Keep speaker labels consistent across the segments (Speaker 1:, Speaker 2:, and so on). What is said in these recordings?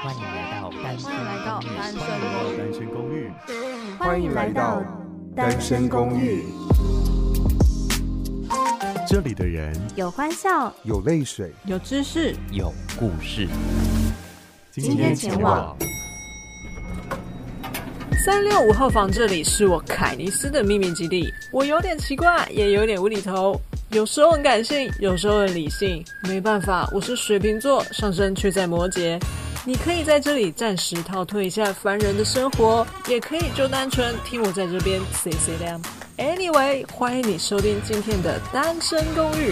Speaker 1: 欢迎来到单身公
Speaker 2: 欢迎来到
Speaker 1: 寓
Speaker 2: 单身公
Speaker 3: 单身公寓，
Speaker 4: 欢迎来到单身公寓，
Speaker 3: 这里的人
Speaker 4: 有欢笑，
Speaker 5: 有泪水，
Speaker 2: 有知识，
Speaker 1: 有故事。
Speaker 4: 今天前往。
Speaker 2: 三六五号房这里是我凯尼斯的秘密基地。我有点奇怪，也有点无厘头，有时候很感性，有时候很理性。没办法，我是水瓶座，上升却在摩羯。你可以在这里暂时逃脱一下凡人的生活，也可以就单纯听我在这边 say say 亮。Anyway，欢迎你收听今天的《单身公寓》。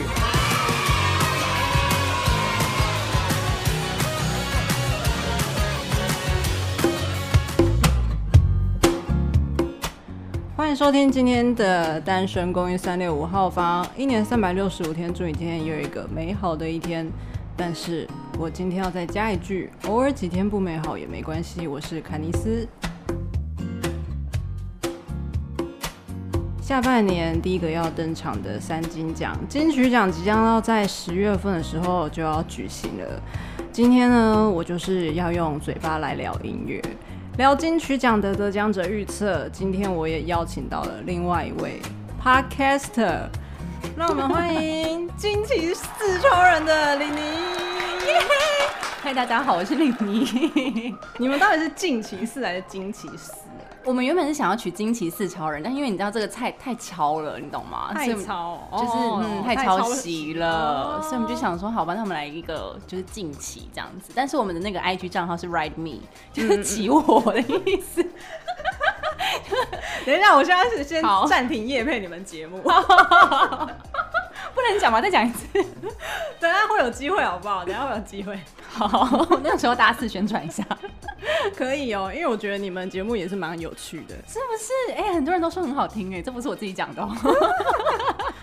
Speaker 2: 欢迎收听今天的《单身公寓三六五号房》，一年三百六十五天，祝你今天又有一个美好的一天。但是我今天要再加一句，偶尔几天不美好也没关系。我是坎尼斯。下半年第一个要登场的三金奖，金曲奖即将要在十月份的时候就要举行了。今天呢，我就是要用嘴巴来聊音乐。聊金曲奖的得奖者预测，今天我也邀请到了另外一位 podcaster，让我们欢迎惊奇四川人的李宁。
Speaker 4: 嗨，大家好，我是李妮。
Speaker 2: 你们到底是惊奇四还是惊奇四？
Speaker 4: 我们原本是想要取惊奇四超人，但因为你知道这个菜太超了，你懂吗？所以我们
Speaker 2: 超，
Speaker 4: 啊就是、
Speaker 2: 哦
Speaker 4: 嗯太抄袭了，所以我们就
Speaker 2: 想。
Speaker 4: 想说，好吧，那我们来一个就是近期这样子。但是我们的那个 IG 账号是 Ride Me，就是骑我的意思。
Speaker 2: 等一下，我现在是先
Speaker 4: 好
Speaker 2: 暂停夜配你们节 目，
Speaker 4: 不能讲吗？再 讲一次。
Speaker 2: 等一下会有机会好不好？等一下会有机会，
Speaker 4: 好，那个时候大肆宣传一下，
Speaker 2: 可以哦，因为我觉得你们节目也是蛮有趣的。
Speaker 4: 是不是？哎、很多人都说很好听、哎，这不是我自己讲的、哦。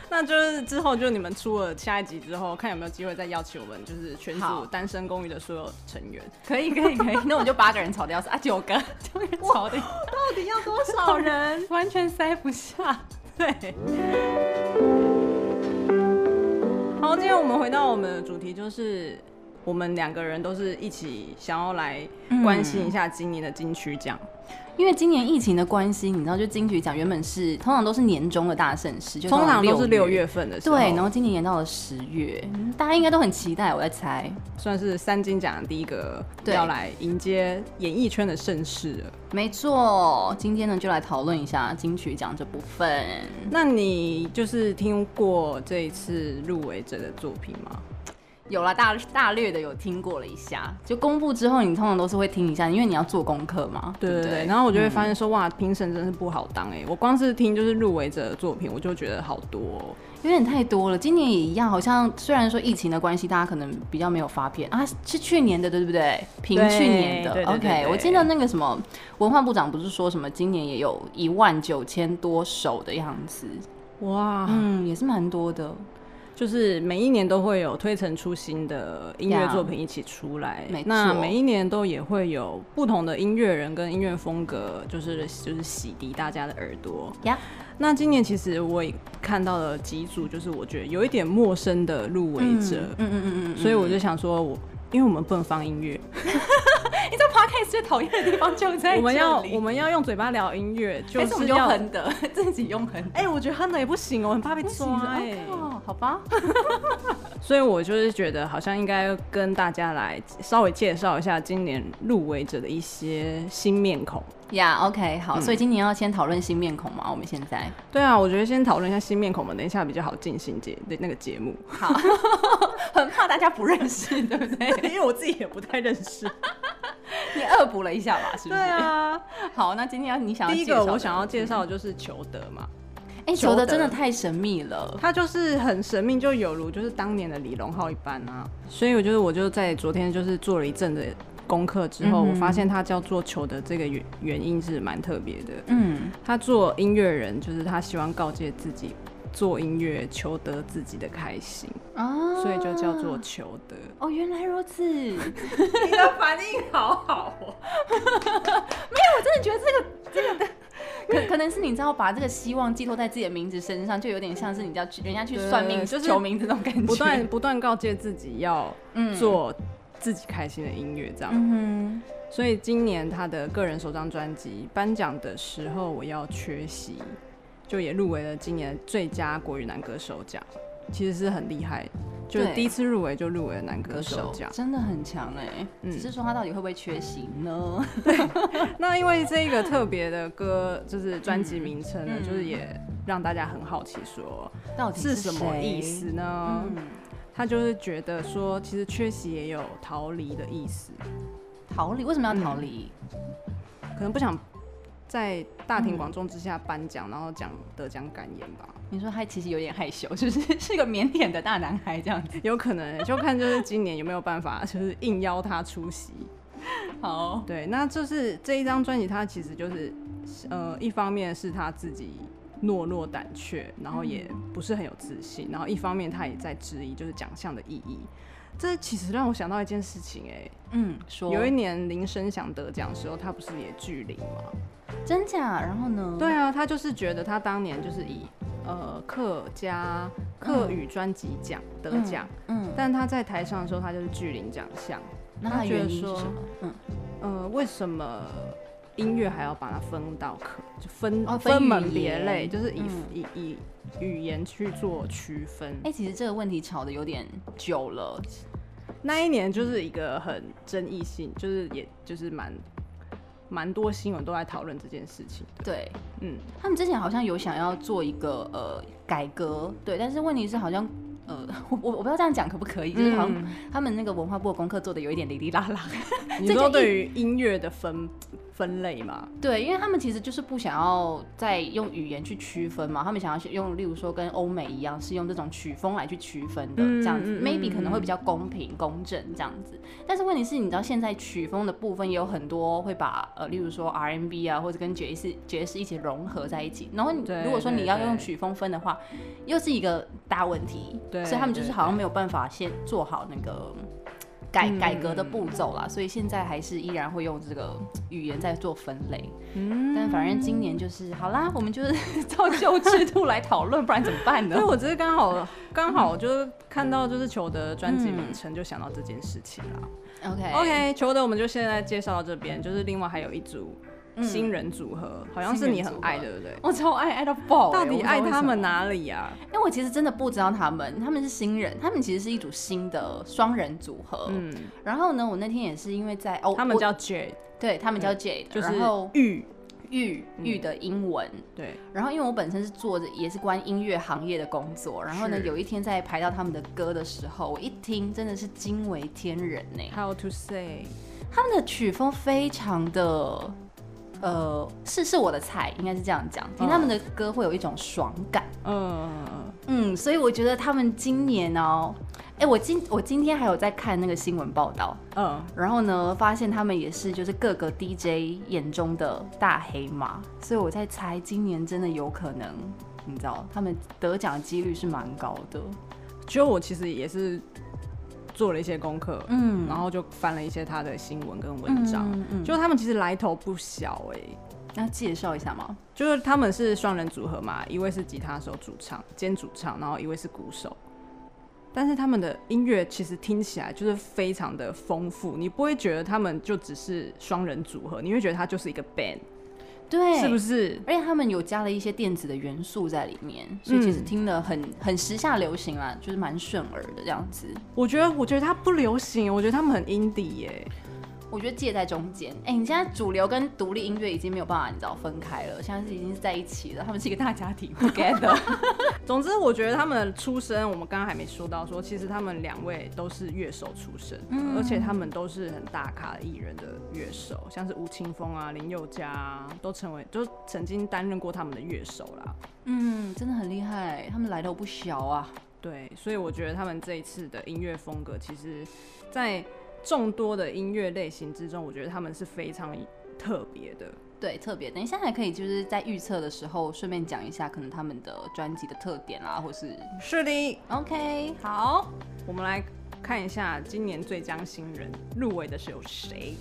Speaker 2: 那就是之后就你们出了下一集之后，看有没有机会再邀请我们，就是全组
Speaker 4: 好
Speaker 2: 单身公寓的所有成员。
Speaker 4: 可以，可以，可以。那我就八个人吵掉是啊，九个， 九个人吵掉，
Speaker 2: 到底要多少人？
Speaker 4: 完全塞不下。
Speaker 2: 对。好，今天我们回到我们的主题，就是我们两个人都是一起想要来关心一下今年的金曲奖。
Speaker 4: 因为今年疫情的关系，你知道，就金曲奖原本是通常都是年终的大盛事，就
Speaker 2: 通常都是六
Speaker 4: 六
Speaker 2: 月。份的时候，
Speaker 4: 对，然后今年延到了十月，大家应该都很期待，我在猜。
Speaker 2: 算是三金奖第一个
Speaker 4: 对
Speaker 2: 要来迎接演艺圈的盛世了。
Speaker 4: 没错，今天呢就来讨论一下金曲奖这部分。
Speaker 2: 那你就是听过这一次入围者的作品吗？
Speaker 4: 有啦，大大略的有听过了一下，就公布之后，你通常都是会听一下，因为你要做功课嘛，
Speaker 2: 对
Speaker 4: 不
Speaker 2: 对对，然后我就会发现
Speaker 4: 嗯
Speaker 2: 说，哇，评审真是不好当哎、我光是听就是入围者的作品，我就觉得好多、哦。
Speaker 4: 有点太多了，今年也一样，好像虽然说疫情的关系，大家可能比较没有发片啊，是去年的对不对？凭
Speaker 2: 对
Speaker 4: 去年的
Speaker 2: 对对
Speaker 4: o
Speaker 2: 对
Speaker 4: k
Speaker 2: 对
Speaker 4: 我记得那个什么文化部长不是说什么今年也有一万九千多首的样子，
Speaker 2: 哇，
Speaker 4: 嗯，也是蛮多的，
Speaker 2: 就是每一年都会有推陈出新的音乐
Speaker 4: Yeah
Speaker 2: 作品一起出来
Speaker 4: 没错
Speaker 2: 那每一年都也会有不同的音乐人跟音乐风格，就是就是洗涤大家的耳朵。
Speaker 4: 呀、
Speaker 2: 那今年其实我也看到了几组，就是我觉得有一点陌生的入围者，
Speaker 4: 嗯嗯嗯嗯，
Speaker 2: 所以我就想说我，因为我们不能放音乐，
Speaker 4: 你这 podcast 最讨厌的地方就在
Speaker 2: 我们要
Speaker 4: 这里
Speaker 2: 我们要用嘴巴聊音乐，就
Speaker 4: 还是我
Speaker 2: 是
Speaker 4: 们就
Speaker 2: 要
Speaker 4: 横的，自己用横的。
Speaker 2: 哎、我觉得哼的也不行哦，我很怕被抓哎、
Speaker 4: 哦，好吧，
Speaker 2: 所以我就是觉得好像应该跟大家来稍微介绍一下今年入围者的一些新面孔。
Speaker 4: 呀、o k 好、所以今年要先讨论新面孔嘛，我们现在
Speaker 2: 对啊，我觉得先讨论一下新面孔嘛，等一下比较好进行节那那个节目，
Speaker 4: 好， 很怕大家不认识，对不对？
Speaker 2: 因为我自己也不太认识。
Speaker 4: 你恶补了一下吧，是不
Speaker 2: 对
Speaker 4: 是？
Speaker 2: 啊，
Speaker 4: 好，那今天要你想 要
Speaker 2: 第一
Speaker 4: 介
Speaker 2: 个
Speaker 4: 绍的
Speaker 2: 我想要介绍的就是裘德 嘛，
Speaker 4: 哎，球
Speaker 2: 裘
Speaker 4: 的
Speaker 2: 德
Speaker 4: 真的太神秘了。
Speaker 2: 他就是很神秘，就有如就是当年的李荣浩一般啊。所以我就是我就在昨天就是做了一阵的功课之后，
Speaker 4: 嗯哼
Speaker 2: 我发现他叫做裘德这个原原因是蛮特别的。
Speaker 4: 嗯，
Speaker 2: 他做音乐人，就是他希望告诫自己做音乐求得自己的开心，
Speaker 4: 啊
Speaker 2: 所以就叫做求 得。
Speaker 4: 哦，原来如 此。你的反应
Speaker 2: 好
Speaker 4: 好哦。 没有，我真的觉得这个这个。可可能是你知道把这个希望寄托在自己的名字身上，就有点像是你知道去人家去算命
Speaker 2: 对就是
Speaker 4: 求名字那种感觉，
Speaker 2: 不断不断告诫自己要
Speaker 4: 嗯
Speaker 2: 做自己开心的音乐这样。
Speaker 4: 嗯
Speaker 2: 所以今年他的个人首张专辑颁奖的时候，我要缺席，就也入围了今年最佳国语男歌手奖，其实是很厉害，就是
Speaker 4: 对
Speaker 2: 第一次入围就入围了男
Speaker 4: 哼，
Speaker 2: 歌手奖。
Speaker 4: 真的很强哎，
Speaker 2: 嗯
Speaker 4: 只是说他到底会不会缺席呢？
Speaker 2: 那因为这个特别的歌，就是专辑名称呢，
Speaker 4: 嗯
Speaker 2: 就是也让大家很好奇，说
Speaker 4: 到底
Speaker 2: 是
Speaker 4: 谁
Speaker 2: 什么意思？呢？
Speaker 4: 嗯，
Speaker 2: 他就是觉得说，其实缺席也有逃离的意思，
Speaker 4: 逃离为什么要逃
Speaker 2: 嗯
Speaker 4: 离？
Speaker 2: 可能不想在大庭广众之下颁奖，然后讲得奖感言吧。
Speaker 4: 你说他其实有点害羞， 就是是个腼腆的大男孩这样 子。
Speaker 2: 有可能，就看就是今年有没有办法，就是应邀他出席。
Speaker 4: 好，
Speaker 2: 对，那就是这一张专辑，它其实就是，呃，一方面是他自己懦弱胆怯，然后也
Speaker 4: 嗯
Speaker 2: 不是很有自信，然后一方面他也在质疑就是奖项的意义。这其实让我想到一件事情、欸，
Speaker 4: 嗯，说
Speaker 2: 有一年林声祥得奖的时候，他不是也拒领吗？
Speaker 4: 真假，然后呢？
Speaker 2: 对啊，他就是觉得他当年就是以呃客家客语专辑奖得
Speaker 4: 嗯
Speaker 2: 奖，，
Speaker 4: 嗯，
Speaker 2: 但他在台上的时候，他就是拒领奖项。
Speaker 4: 那
Speaker 2: 他
Speaker 4: 他
Speaker 2: 觉得
Speaker 4: 原因是
Speaker 2: 说
Speaker 4: 什么？嗯，
Speaker 2: 呃，为什么音乐还要把它分到科，就分、
Speaker 4: 哦分
Speaker 2: 分门
Speaker 4: 语
Speaker 2: 别
Speaker 4: 言
Speaker 2: 类，就是以、
Speaker 4: 嗯
Speaker 2: 以以语言去做区分。
Speaker 4: 哎、其实这个问题吵得有点久了，
Speaker 2: 那一年就是一个很争议性，就是也就是蛮蛮多新闻都在讨论这件事情。
Speaker 4: 对
Speaker 2: 嗯，
Speaker 4: 他们之前好像有想要做一个呃改革，对，但是问题是好像。呃，我我我不知道这样讲可不可以，就是好像
Speaker 2: 嗯
Speaker 4: 他们那个文化部的功课做的有一点哩哩啦啦。
Speaker 2: 你
Speaker 4: 这
Speaker 2: 说
Speaker 4: 就
Speaker 2: 对于音乐的分分类嘛，
Speaker 4: 对，因为他们其实就是不想要再用语言去区分嘛，他们想要去用，例如说跟欧美一样，是用这种曲风来去区分的，
Speaker 2: 嗯
Speaker 4: 这样子、
Speaker 2: 嗯
Speaker 4: m a y b e
Speaker 2: 嗯
Speaker 4: 可能会比较公平公正这样子。但是问题是，你知道现在曲风的部分也有很多会把呃，例如说 R N B 啊，或者跟爵士爵士一起融合在一起。然后你
Speaker 2: 对
Speaker 4: 如果说你
Speaker 2: 对
Speaker 4: 要用
Speaker 2: 对
Speaker 4: 曲风分的话，又是一个大问题。
Speaker 2: 对
Speaker 4: 所以他们就是
Speaker 2: 对
Speaker 4: 好像没有办法先做好那个。改
Speaker 2: 嗯
Speaker 4: 改革的步骤啦，所以现在还是依然会用这个语言在做分类。
Speaker 2: 嗯，
Speaker 4: 但反正今年就是好啦，我们就是 照旧制度来讨论，不然怎么办呢
Speaker 2: 所以？我只是刚好刚好 就是看到就是裘德专辑名
Speaker 4: 嗯
Speaker 2: 称，就想到这件事情啦。
Speaker 4: OK
Speaker 2: OK，求的我们就现在介绍到这边，就是另外还有一组
Speaker 4: 嗯
Speaker 2: 新人组合，好像是你很爱，对不对？
Speaker 4: 我超爱爱到爆、
Speaker 2: 到
Speaker 4: 欸
Speaker 2: 底爱他们？
Speaker 4: 我不知道为什么
Speaker 2: 哪里啊？
Speaker 4: 因为我其实真的不知道他们，他们是新人，他们其实是一组新的双人组合。
Speaker 2: 嗯，
Speaker 4: 然后呢，我那天也是因为在哦，
Speaker 2: 他们
Speaker 4: 我
Speaker 2: 叫 J，
Speaker 4: 对他们叫 Jade，、
Speaker 2: 就是嗯
Speaker 4: 然后
Speaker 2: 玉，
Speaker 4: 玉玉的英文，
Speaker 2: 对，
Speaker 4: 然后因为我本身是做着也是关音乐行业的工作，然后呢，
Speaker 2: 是
Speaker 4: 有一天在排到他们的歌的时候，我一听真的是惊为天人欸呢、
Speaker 2: How to say？
Speaker 4: 他们的曲风非常的，呃，是是我的菜，应该是这样讲。听他们的歌会有一种爽感，
Speaker 2: 嗯，
Speaker 4: 嗯，所以我觉得他们今年哦、哎、我今我今天还有在看那个新闻报道，
Speaker 2: 嗯，
Speaker 4: 然后呢，发现他们也是就是各个 DJ 眼中的大黑马，所以我在猜今年真的有可能，你知道，他们得奖几率是蛮高的，
Speaker 2: 就我其实也是做了一些功课，
Speaker 4: 嗯
Speaker 2: 然后就翻了一些他的新闻跟文章，
Speaker 4: 嗯嗯
Speaker 2: 就他们其实来头不小哎、
Speaker 4: 那介绍一下吗？
Speaker 2: 就是他们是双人组合嘛，一位是吉他手主唱兼主唱，然后一位是鼓手。但是他们的音乐其实听起来就是非常的丰富，你不会觉得他们就只是双人组合，你会觉得他就是一个 band，
Speaker 4: 对，
Speaker 2: 是不是？
Speaker 4: 而且他们有加了一些电子的元素在里面，所以其实
Speaker 2: 嗯
Speaker 4: 听得很很时下流行啦，就是蛮顺耳的这样子。
Speaker 2: 我觉得，我觉得他不流行，我觉得他们很 indie 耶、
Speaker 4: 我觉得介在中间，哎、你现在主流跟独立音乐已经没有办法，你知道分开了，现在是已经是在一起了，他们是一个大家庭 together。
Speaker 2: 总之，我觉得他们出身，我们刚刚还没说到说，其实他们两位都是乐手出身，而且他们都是很大咖的艺人的乐手，像是吴青峰啊、林宥嘉、啊、都成为，就曾经担任过他们的乐手啦。
Speaker 4: 嗯，真的很厉害，他们来头不小啊。
Speaker 2: 对，所以我觉得他们这一次的音乐风格，其实，在众多的音乐类型之中，我觉得他们是非常特别的。
Speaker 4: 对，特别。等一下还可以就是在预测的时候顺便讲一下，可能他们的专辑的特点啦，或是
Speaker 2: 是的，
Speaker 4: OK 好。
Speaker 2: 我们来看一下今年最佳新人入围的是有谁？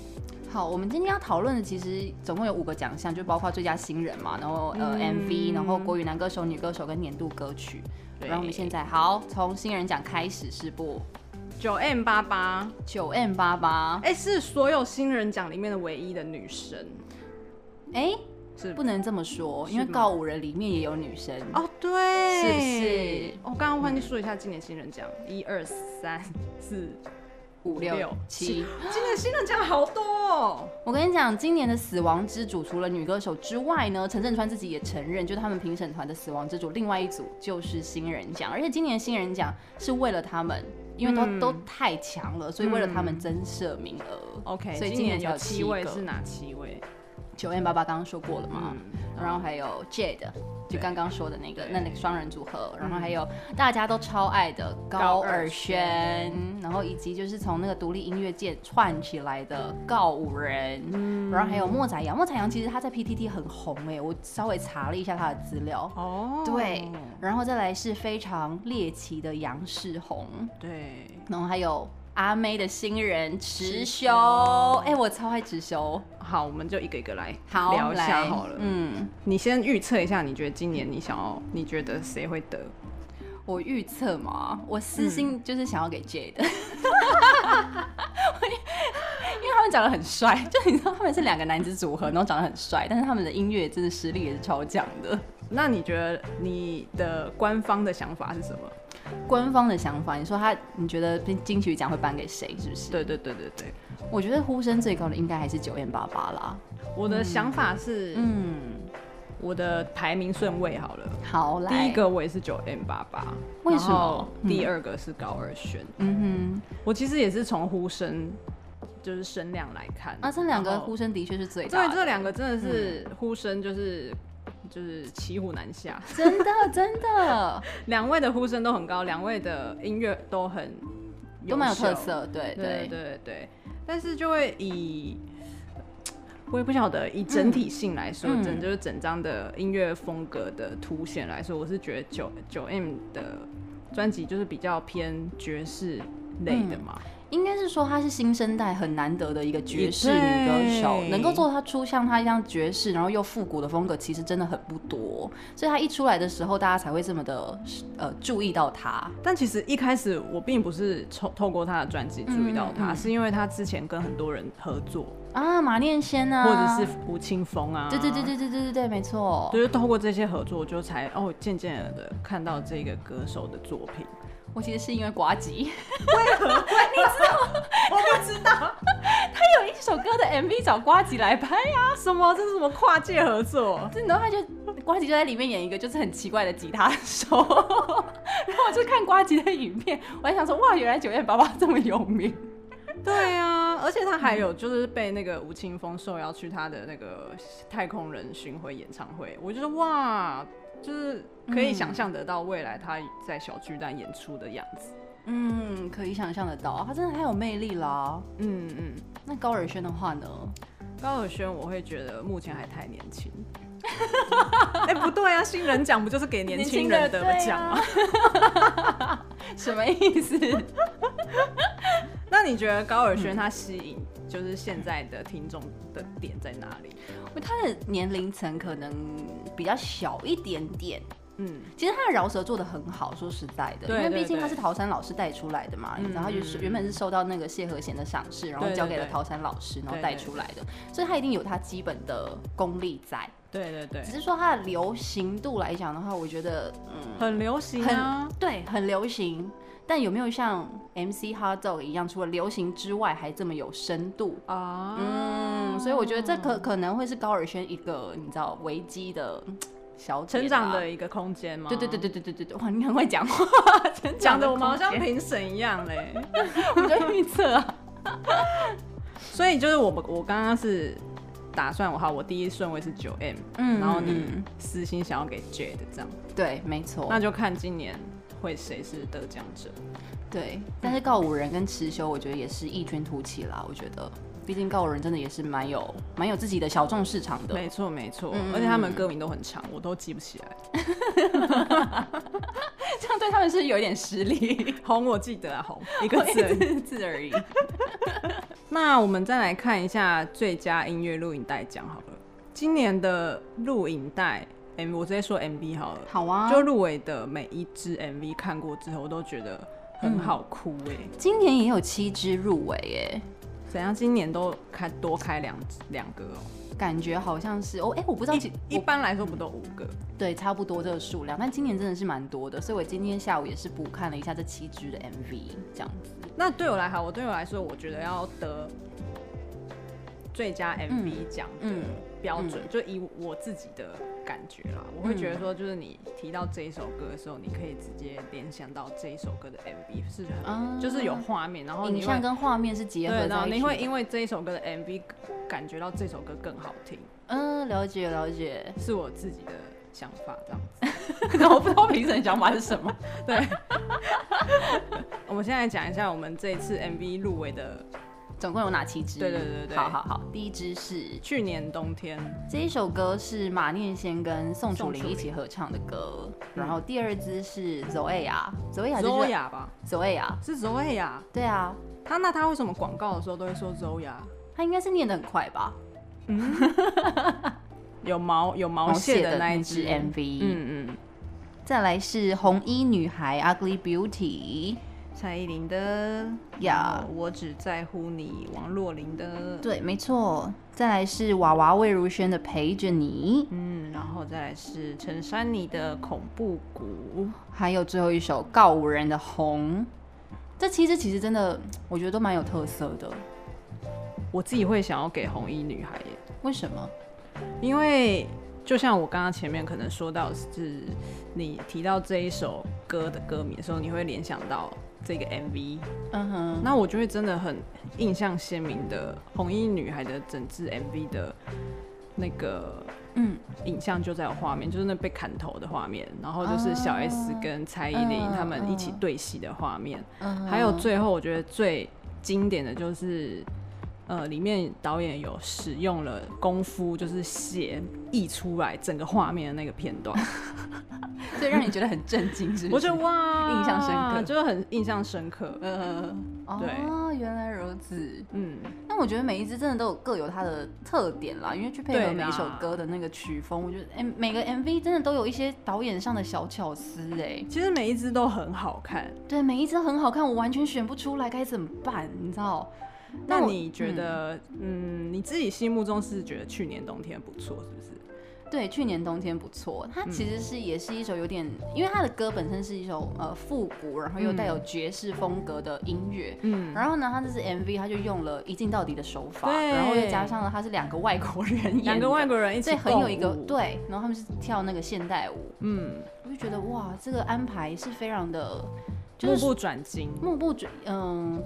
Speaker 4: 好，我们今天要讨论的其实总共有五个奖项，就包括最佳新人嘛，然后呃 MV，然后国语男歌手、女歌手跟年度歌曲。然后我们现在好从新人奖开始是不？
Speaker 2: 九 M 八八，
Speaker 4: 九 M 八八，
Speaker 2: 哎，是所有新人奖里面的唯一的女生，
Speaker 4: 哎，
Speaker 2: 是
Speaker 4: 不能这么说，因为
Speaker 2: 是吗
Speaker 4: 告五人里面也有女生。
Speaker 2: 哦，对，
Speaker 4: 是不是
Speaker 2: 我刚刚忘记说一下今年新人奖，一二三四，
Speaker 4: 五
Speaker 2: 六
Speaker 4: 六七。
Speaker 2: 今年新人奖好多哦。
Speaker 4: 我跟你讲，今年的死亡之主除了女歌手之外呢，陈振川自己也承认，就是他们评审团的死亡之主，另外一组就是新人奖，而且今年新人奖是为了他们，因为都、
Speaker 2: 嗯
Speaker 4: 都太强了，所以为了他们增设名额。
Speaker 2: OK，
Speaker 4: 所以
Speaker 2: 今年
Speaker 4: 才
Speaker 2: 有
Speaker 4: 有
Speaker 2: 七
Speaker 4: 七
Speaker 2: 位
Speaker 4: 个
Speaker 2: 是哪七位？
Speaker 4: 九 M 八八刚刚说过了嘛，
Speaker 2: 嗯
Speaker 4: 然后还有 Jade，就
Speaker 2: 对
Speaker 4: 刚刚说的那个
Speaker 2: 对
Speaker 4: 那那个双人组合，然后还有大家都超爱的嗯高尔宣，然后以及就是从那个独立音乐界串起来的告五人，然后还有莫宰阳，莫宰阳其实他在 PTT 很红哎、我稍微查了一下他的资料，
Speaker 2: 哦
Speaker 4: 对，然后再来是非常猎奇的杨世宏，
Speaker 2: 对，
Speaker 4: 然后还有。阿妹的新人池
Speaker 2: 池
Speaker 4: 修，哎、我超爱池修，
Speaker 2: 好，我们就一个一个来
Speaker 4: 好
Speaker 2: 聊一下
Speaker 4: 来
Speaker 2: 好了。
Speaker 4: 嗯，
Speaker 2: 你先预测一下，你觉得今年你想要，你觉得谁会得？
Speaker 4: 我预测嘛，我私
Speaker 2: 嗯
Speaker 4: 心就是想要给 J 的， 因为他们长得很帅，就你知道他们是两个男子组合，然后长得很帅，但是他们的音乐真的实力也是超强的。
Speaker 2: 那你觉得你的官方的想法是什么？
Speaker 4: 官方的想法，你说他，你觉得金曲奖会颁给谁？是不是？
Speaker 2: 对对对对对，
Speaker 4: 我觉得呼声最高的应该还是九燕八八啦。
Speaker 2: 我的想法是，
Speaker 4: 嗯，
Speaker 2: 我的排名顺位好了。
Speaker 4: 好，来
Speaker 2: 第一，个我也是九 M 八八，
Speaker 4: 为什么
Speaker 2: 然后
Speaker 4: 嗯
Speaker 2: 第二个是高二轩，
Speaker 4: 嗯
Speaker 2: 我其实也是从呼声，就是声量来看
Speaker 4: 哼，啊，这两个
Speaker 2: 然后
Speaker 4: 呼声的确是最
Speaker 2: 对
Speaker 4: 大 的，啊嗯
Speaker 2: 这两个真的是呼声就是。就是骑虎难下，
Speaker 4: 真的真的
Speaker 2: 两位的呼声都很高，两位的音乐都很
Speaker 4: 都蛮有
Speaker 2: 秀
Speaker 4: 特，色，对
Speaker 2: 对对对对。但是就会以，我也不晓得，以整体性来说，
Speaker 4: 嗯
Speaker 2: 整就是整张的音乐风格的凸显来说，我是觉得九九 M 的专辑就是比较偏爵士类
Speaker 4: 嗯
Speaker 2: 的嘛，
Speaker 4: 应该是说她是新生代很难得的一个爵士
Speaker 2: 也
Speaker 4: 女歌手，
Speaker 2: 对
Speaker 4: 能够做她出像她一样爵士，然后又复古的风格，其实真的很不多。所以她一出来的时候，大家才会这么的呃注意到她。
Speaker 2: 但其实一开始我并不是透透过他的专辑注意到他，
Speaker 4: 嗯嗯嗯
Speaker 2: 是因为他之前跟很多人合作，
Speaker 4: 啊，马念先啊，
Speaker 2: 或者是吴青峰啊，
Speaker 4: 对对对对对对对对，没错
Speaker 2: 就。是透过这些合作，就才哦渐渐的看到这个歌手的作品。
Speaker 4: 我其实是因为瓜吉，
Speaker 2: 我不知道
Speaker 4: 他有一首歌的 MV 找瓜吉来拍啊，
Speaker 2: 什么，这是什么跨界合作？
Speaker 4: 哦这然后他就瓜吉就在里面演一个就是很奇怪的吉他手，然后我就看瓜吉的影片，我还想说哇，原来九月爸爸这么有名。
Speaker 2: 对 啊，而且他还有就是被那个吴青峰受邀去他的那个太空人巡回演唱会，我就说哇，就是可以想象得到未来他在小巨蛋演出的样子。
Speaker 4: 嗯，可以想象得到，他真的太有魅力啦。
Speaker 2: 嗯嗯，
Speaker 4: 那高尔宣的话呢？
Speaker 2: 高尔宣我会觉得目前还太年 轻。哎、不对啊，新人奖不就是给年轻人得奖 吗？
Speaker 4: 什么意 思？
Speaker 2: 那你觉得高尔宣他吸引就是现在的听众的点在哪里？
Speaker 4: 他的年龄层可能比较小一点点。
Speaker 2: 嗯，
Speaker 4: 其实他的饶舌做的很好，说实在的，
Speaker 2: 对
Speaker 4: 因为
Speaker 2: 对
Speaker 4: 毕竟他
Speaker 2: 对嗯
Speaker 4: 是陶山老师带出来的嘛，你知道，他就是原本是受到那个谢和弦的赏识，然后
Speaker 2: 对对
Speaker 4: 交给了
Speaker 2: 对
Speaker 4: 陶山老师，然后
Speaker 2: 对
Speaker 4: 带
Speaker 2: 对
Speaker 4: 出来的，所以他一定有他基本的功力在。
Speaker 2: 对对对
Speaker 4: 只，是说他的流行度来讲的话，我觉得，嗯，
Speaker 2: 很流行啊。
Speaker 4: 对，很流行。但有没有像 MC Hot Dog 一样，除了流行之外，还这么有深度？
Speaker 2: 啊，
Speaker 4: 嗯，所以我觉得这可可能会是高尔宣一个你知道危机的嗯小点
Speaker 2: 成长
Speaker 4: 吧
Speaker 2: 的。一个空间吗？
Speaker 4: 对对对对对对对对，哇，你很会讲话， 成
Speaker 2: 讲
Speaker 4: 长
Speaker 2: 的
Speaker 4: 的
Speaker 2: 我们好像
Speaker 4: 空间
Speaker 2: 评审一样嘞。
Speaker 4: 我们就预测啊。
Speaker 2: 所以就是我们我刚刚是打算我好，我第一顺位是九 M，
Speaker 4: 嗯
Speaker 2: 然后你
Speaker 4: 嗯
Speaker 2: 私心想要给 Jade 这样，
Speaker 4: 对，没错
Speaker 2: 那。就看今年会谁是得奖者。
Speaker 4: 对，但是告五人跟池修，我觉得也是异军突起啦。我觉得，毕竟告五人真的也是蛮有蛮有自己的小众市场的。
Speaker 2: 没错没错，
Speaker 4: 嗯
Speaker 2: 而且他们歌名都很长，我都记不起来。
Speaker 4: 这样对他们是有一点失礼，
Speaker 2: 红我记得啊，红 一
Speaker 4: 我
Speaker 2: 个 字而已。
Speaker 4: 一字字而已。
Speaker 2: 那我们再来看一下最佳音乐录影带奖好了，今年的录影带 M，我直接说 MV 好了。
Speaker 4: 好啊，
Speaker 2: 就入围的每一支 MV 看过之后，我都觉得
Speaker 4: 嗯
Speaker 2: 很好哭哎、
Speaker 4: 今年也有七支入围耶，
Speaker 2: 怎样？今年都开多开两两个哦。
Speaker 4: 感觉好像是哦，哎、我不知道几
Speaker 2: 一
Speaker 4: 我
Speaker 2: 般来说不都五个？
Speaker 4: 对，差不多这个数量，但今年真的是蛮多的，所以我今天下午也是补看了一下这七支的 MV，这样子。
Speaker 2: 那对我来好，我对我来说，我觉得要得最佳 MV 奖的
Speaker 4: 嗯嗯
Speaker 2: 标准，就以我自己的感觉啦，我会觉得说，就是你提到这一首歌的时候，你可以直接联想到这一首歌的 MV 是很，
Speaker 4: 啊
Speaker 2: 就是有画面，然后
Speaker 4: 影
Speaker 2: 哦你会
Speaker 4: 像跟画面是结合
Speaker 2: 对，然
Speaker 4: 在
Speaker 2: 后
Speaker 4: 一起。
Speaker 2: 你会因为这一首歌的 MV 感觉到这首歌更好听，
Speaker 4: 嗯，了解 了解。
Speaker 2: 是我自己的想法这样子。
Speaker 4: 可我不知道评审想法是什么。
Speaker 2: 对，我们现在讲一下我们这一次 MV 入围的
Speaker 4: 总共有哪七支？
Speaker 2: 对对对对
Speaker 4: 好好好，第一支是
Speaker 2: 去年冬天，
Speaker 4: 这一首歌是马念先跟宋楚
Speaker 2: 宋楚
Speaker 4: 龄
Speaker 2: 龄
Speaker 4: 一起合唱的歌，
Speaker 2: 嗯
Speaker 4: 然后第二支是 Zoea，Zoea 就是
Speaker 2: Zoya 吧，
Speaker 4: Zoea，
Speaker 2: 是 Zoya。
Speaker 4: 对啊，
Speaker 2: 他那他为什么广告的时候都会说 Zoya？
Speaker 4: 他应该是念得很快吧？
Speaker 2: 有毛有毛蟹的那一只
Speaker 4: 毛蟹的那只 MV
Speaker 2: 嗯嗯，
Speaker 4: 再来是红衣女孩 Ugly Beauty，
Speaker 2: 蔡依林的
Speaker 4: 呀
Speaker 2: 呀，我只在乎你，王若琳的，
Speaker 4: 对，没错。再来是娃娃魏如萱的陪着你，
Speaker 2: 嗯，然后再来是陈珊妮的恐怖谷，
Speaker 4: 还有最后一首告五人的红。这七支其实真的，我觉得都蛮有特色的。
Speaker 2: 我自己会想要给红衣女孩耶，
Speaker 4: 为什么？
Speaker 2: 因为就像我刚刚前面可能说到，是你提到这一首歌的歌名的时候，你会联想到这个 MV，
Speaker 4: 嗯哼，
Speaker 2: 那我就会真的很印象鲜明的红衣女孩的整支 MV 的那个
Speaker 4: 嗯，
Speaker 2: 影像就在有画面，就是那被砍头的画面，然后就是小
Speaker 4: 哦
Speaker 2: S 跟蔡依林
Speaker 4: 嗯
Speaker 2: 他们一起对戏的画面，
Speaker 4: 嗯
Speaker 2: 还有最后我觉得最经典的就是。呃，里面导演有使用了功夫，就是血溢出来整个画面的那个片 段，
Speaker 4: 所以让你觉得很震惊，是 不
Speaker 2: 我
Speaker 4: 是？
Speaker 2: 觉得哇，
Speaker 4: 印象深刻
Speaker 2: 就是很印象深刻。
Speaker 4: 嗯，哦，
Speaker 2: 对
Speaker 4: 原来如此。
Speaker 2: 嗯，
Speaker 4: 那我觉得每一支真的都有各有它的特点啦，因为去配合
Speaker 2: 对
Speaker 4: 每
Speaker 2: 啦
Speaker 4: 一首歌的那个曲风，我觉得哎，每个 MV 真的都有一些导演上的小巧思哎。
Speaker 2: 其实每一支都很好看。
Speaker 4: 对，每一支很好看，我完全选不出来该怎么办，你知道？
Speaker 2: 那
Speaker 4: 我
Speaker 2: 你觉、得，嗯你自己心目中是觉得去年冬天不错，是不是？
Speaker 4: 嗯对，去年冬天不错，它其实是也是一首有点，因为它的歌本身是一首呃复古，然后又带有爵士风格的音乐。
Speaker 2: 嗯，
Speaker 4: 然后呢，它这支 MV 它就用了一镜到底的手法，
Speaker 2: 对
Speaker 4: 然后又加上了它是两个外国人演的，
Speaker 2: 两个外国人一起
Speaker 4: 所以很有一个
Speaker 2: 共舞，
Speaker 4: 对，然后他们是跳那个现代舞，
Speaker 2: 嗯，
Speaker 4: 我就觉得哇，这个安排是非常的，就
Speaker 2: 目
Speaker 4: 是
Speaker 2: 不转睛，
Speaker 4: 目不转，嗯，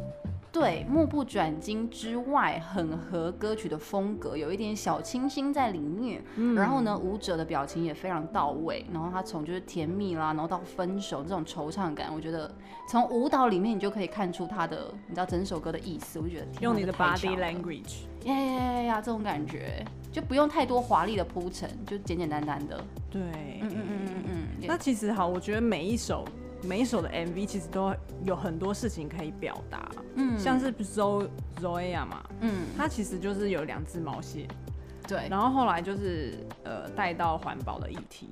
Speaker 4: 对，目不转睛之外，很合歌曲的风格，有一点小清新在里面。
Speaker 2: 嗯
Speaker 4: 然后呢，舞者的表情也非常到位。然后他从就是甜蜜啦，然后到分手这种惆怅感，我觉得从舞蹈里面你就可以看出他的，你知道整首歌的意思。我就觉得天
Speaker 2: 用
Speaker 4: 哪
Speaker 2: 你的
Speaker 4: 这太
Speaker 2: body
Speaker 4: 强了
Speaker 2: language。
Speaker 4: 呀呀呀呀，这种感觉就不用太多华丽的铺陈，就简简单单的。
Speaker 2: 对，
Speaker 4: 嗯嗯嗯嗯嗯嗯。
Speaker 2: 那其实好，我觉得每一首每一首的 MV 其实都有很多事情可以表达，
Speaker 4: 嗯
Speaker 2: 像是 Zo Zoya 嘛，
Speaker 4: 嗯，
Speaker 2: 它其实就是有两只毛蟹，
Speaker 4: 对，
Speaker 2: 然后后来就是呃带到环保的议题，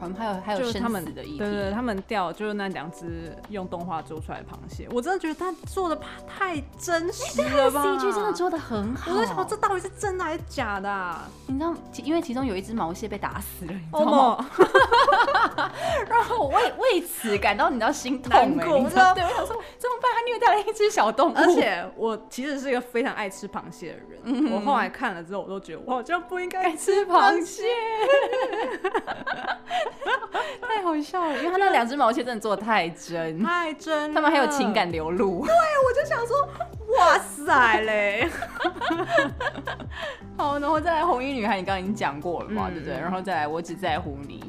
Speaker 4: 好像还有还有
Speaker 2: 就是他
Speaker 4: 生
Speaker 2: 们
Speaker 4: 死的议题。
Speaker 2: 对对对，他们钓就是那两只用动画做出来的螃蟹，我真的觉得他做的太真实了吧
Speaker 4: CG 哎真的做的很好，
Speaker 2: 我在想这到底是真的还是假的、啊？
Speaker 4: 你知道，其因为其中有一只毛蟹被打死了，你知道
Speaker 2: 哦
Speaker 4: 吗？
Speaker 2: 莫，
Speaker 4: 然后我为为此感到你知道心痛、
Speaker 2: 难
Speaker 4: 欸，
Speaker 2: 过
Speaker 4: 你知道？对，我想说怎么办？他虐待了一只小动物，
Speaker 2: 而且我其实是一个非常爱吃螃蟹的人，我后来看了之后，我都觉得我好像不应该吃螃蟹。
Speaker 4: 太好笑了，因为他那两只毛蟹真的做的太 真，
Speaker 2: 太真了，
Speaker 4: 他们还有情感流露，
Speaker 2: 哇塞嘞！
Speaker 4: 好，然后再来红衣女孩，你刚刚已经讲过了嘛，
Speaker 2: 嗯
Speaker 4: 对不对？然后再来我只在乎你，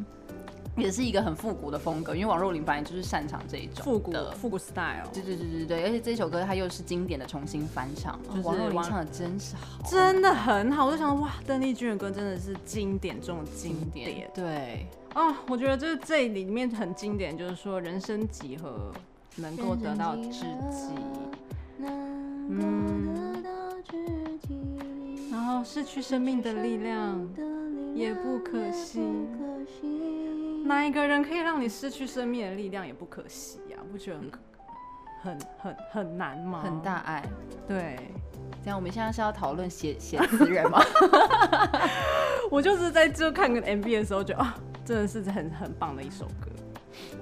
Speaker 4: 也是一个很复古的风格，因为王若琳本来就是擅长这一 种
Speaker 2: 复古
Speaker 4: 的。
Speaker 2: 复古 style，
Speaker 4: 对对对对对，而且这首歌它又是经典的重新翻唱，
Speaker 2: 就是
Speaker 4: 王若琳
Speaker 2: 王
Speaker 4: 唱的真是好，
Speaker 2: 真的很好。我就想，哇，邓丽君的歌真的是经典中的经
Speaker 4: 经
Speaker 2: 典
Speaker 4: 典，。对，
Speaker 2: 啊、我觉得这这里面很经典，就是说人生几何能够得到知己，嗯，然后失去生命的力量也不可惜，哪一个人可以让你失去生命的力量也不可惜呀、啊？不觉得很可很很很难吗？
Speaker 4: 很，大爱。
Speaker 2: 对，
Speaker 4: 这样我们现在是要讨论写写词 人吗？
Speaker 2: 我就是在这看个 MV 的时候，觉得啊，真的是很很棒的一首歌。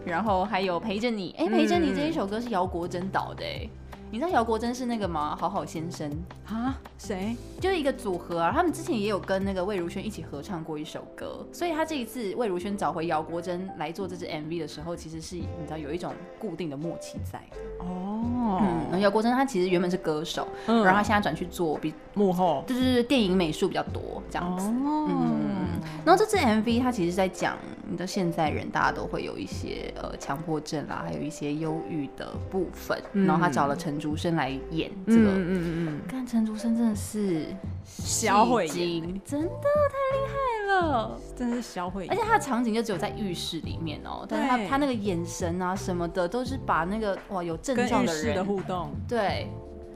Speaker 4: 然后还有陪着你，哎、
Speaker 2: 嗯
Speaker 4: 陪着你这一首歌是姚国珍导的、哎，你知道姚国珍是那个吗？好好先生，
Speaker 2: 啊，谁？
Speaker 4: 就是一个组合啊，他们之前也有跟那个魏如萱一起合唱过一首歌，所以他这一次魏如萱找回姚国珍来做这支 MV 的时候，其实是你知道有一种固定的默契在。
Speaker 2: 哦，
Speaker 4: 嗯，然后姚国珍她其实原本是歌手，
Speaker 2: 嗯
Speaker 4: 然后她现在转去做比
Speaker 2: 幕后。
Speaker 4: 就是电影美术比较多这样子。
Speaker 2: 哦嗯，
Speaker 4: 然后这支 MV 它其实是在讲，你知道现在人大家都会有一些呃强迫症啦，还有一些忧郁的部分，然后他找了陈竹生来演这个。
Speaker 2: 嗯嗯嗯，
Speaker 4: 看陈竹生真的是
Speaker 2: 小
Speaker 4: 戏
Speaker 2: 慧眼
Speaker 4: 精，真的太厉害了。
Speaker 2: 真是销毁
Speaker 4: 而。且他的场景就只有在浴室里面哦，但是
Speaker 2: 对
Speaker 4: 他他那个眼神啊什么的，都是把那个哇有症
Speaker 2: 跟
Speaker 4: 状
Speaker 2: 浴
Speaker 4: 的
Speaker 2: 室
Speaker 4: 人
Speaker 2: 的互动，
Speaker 4: 对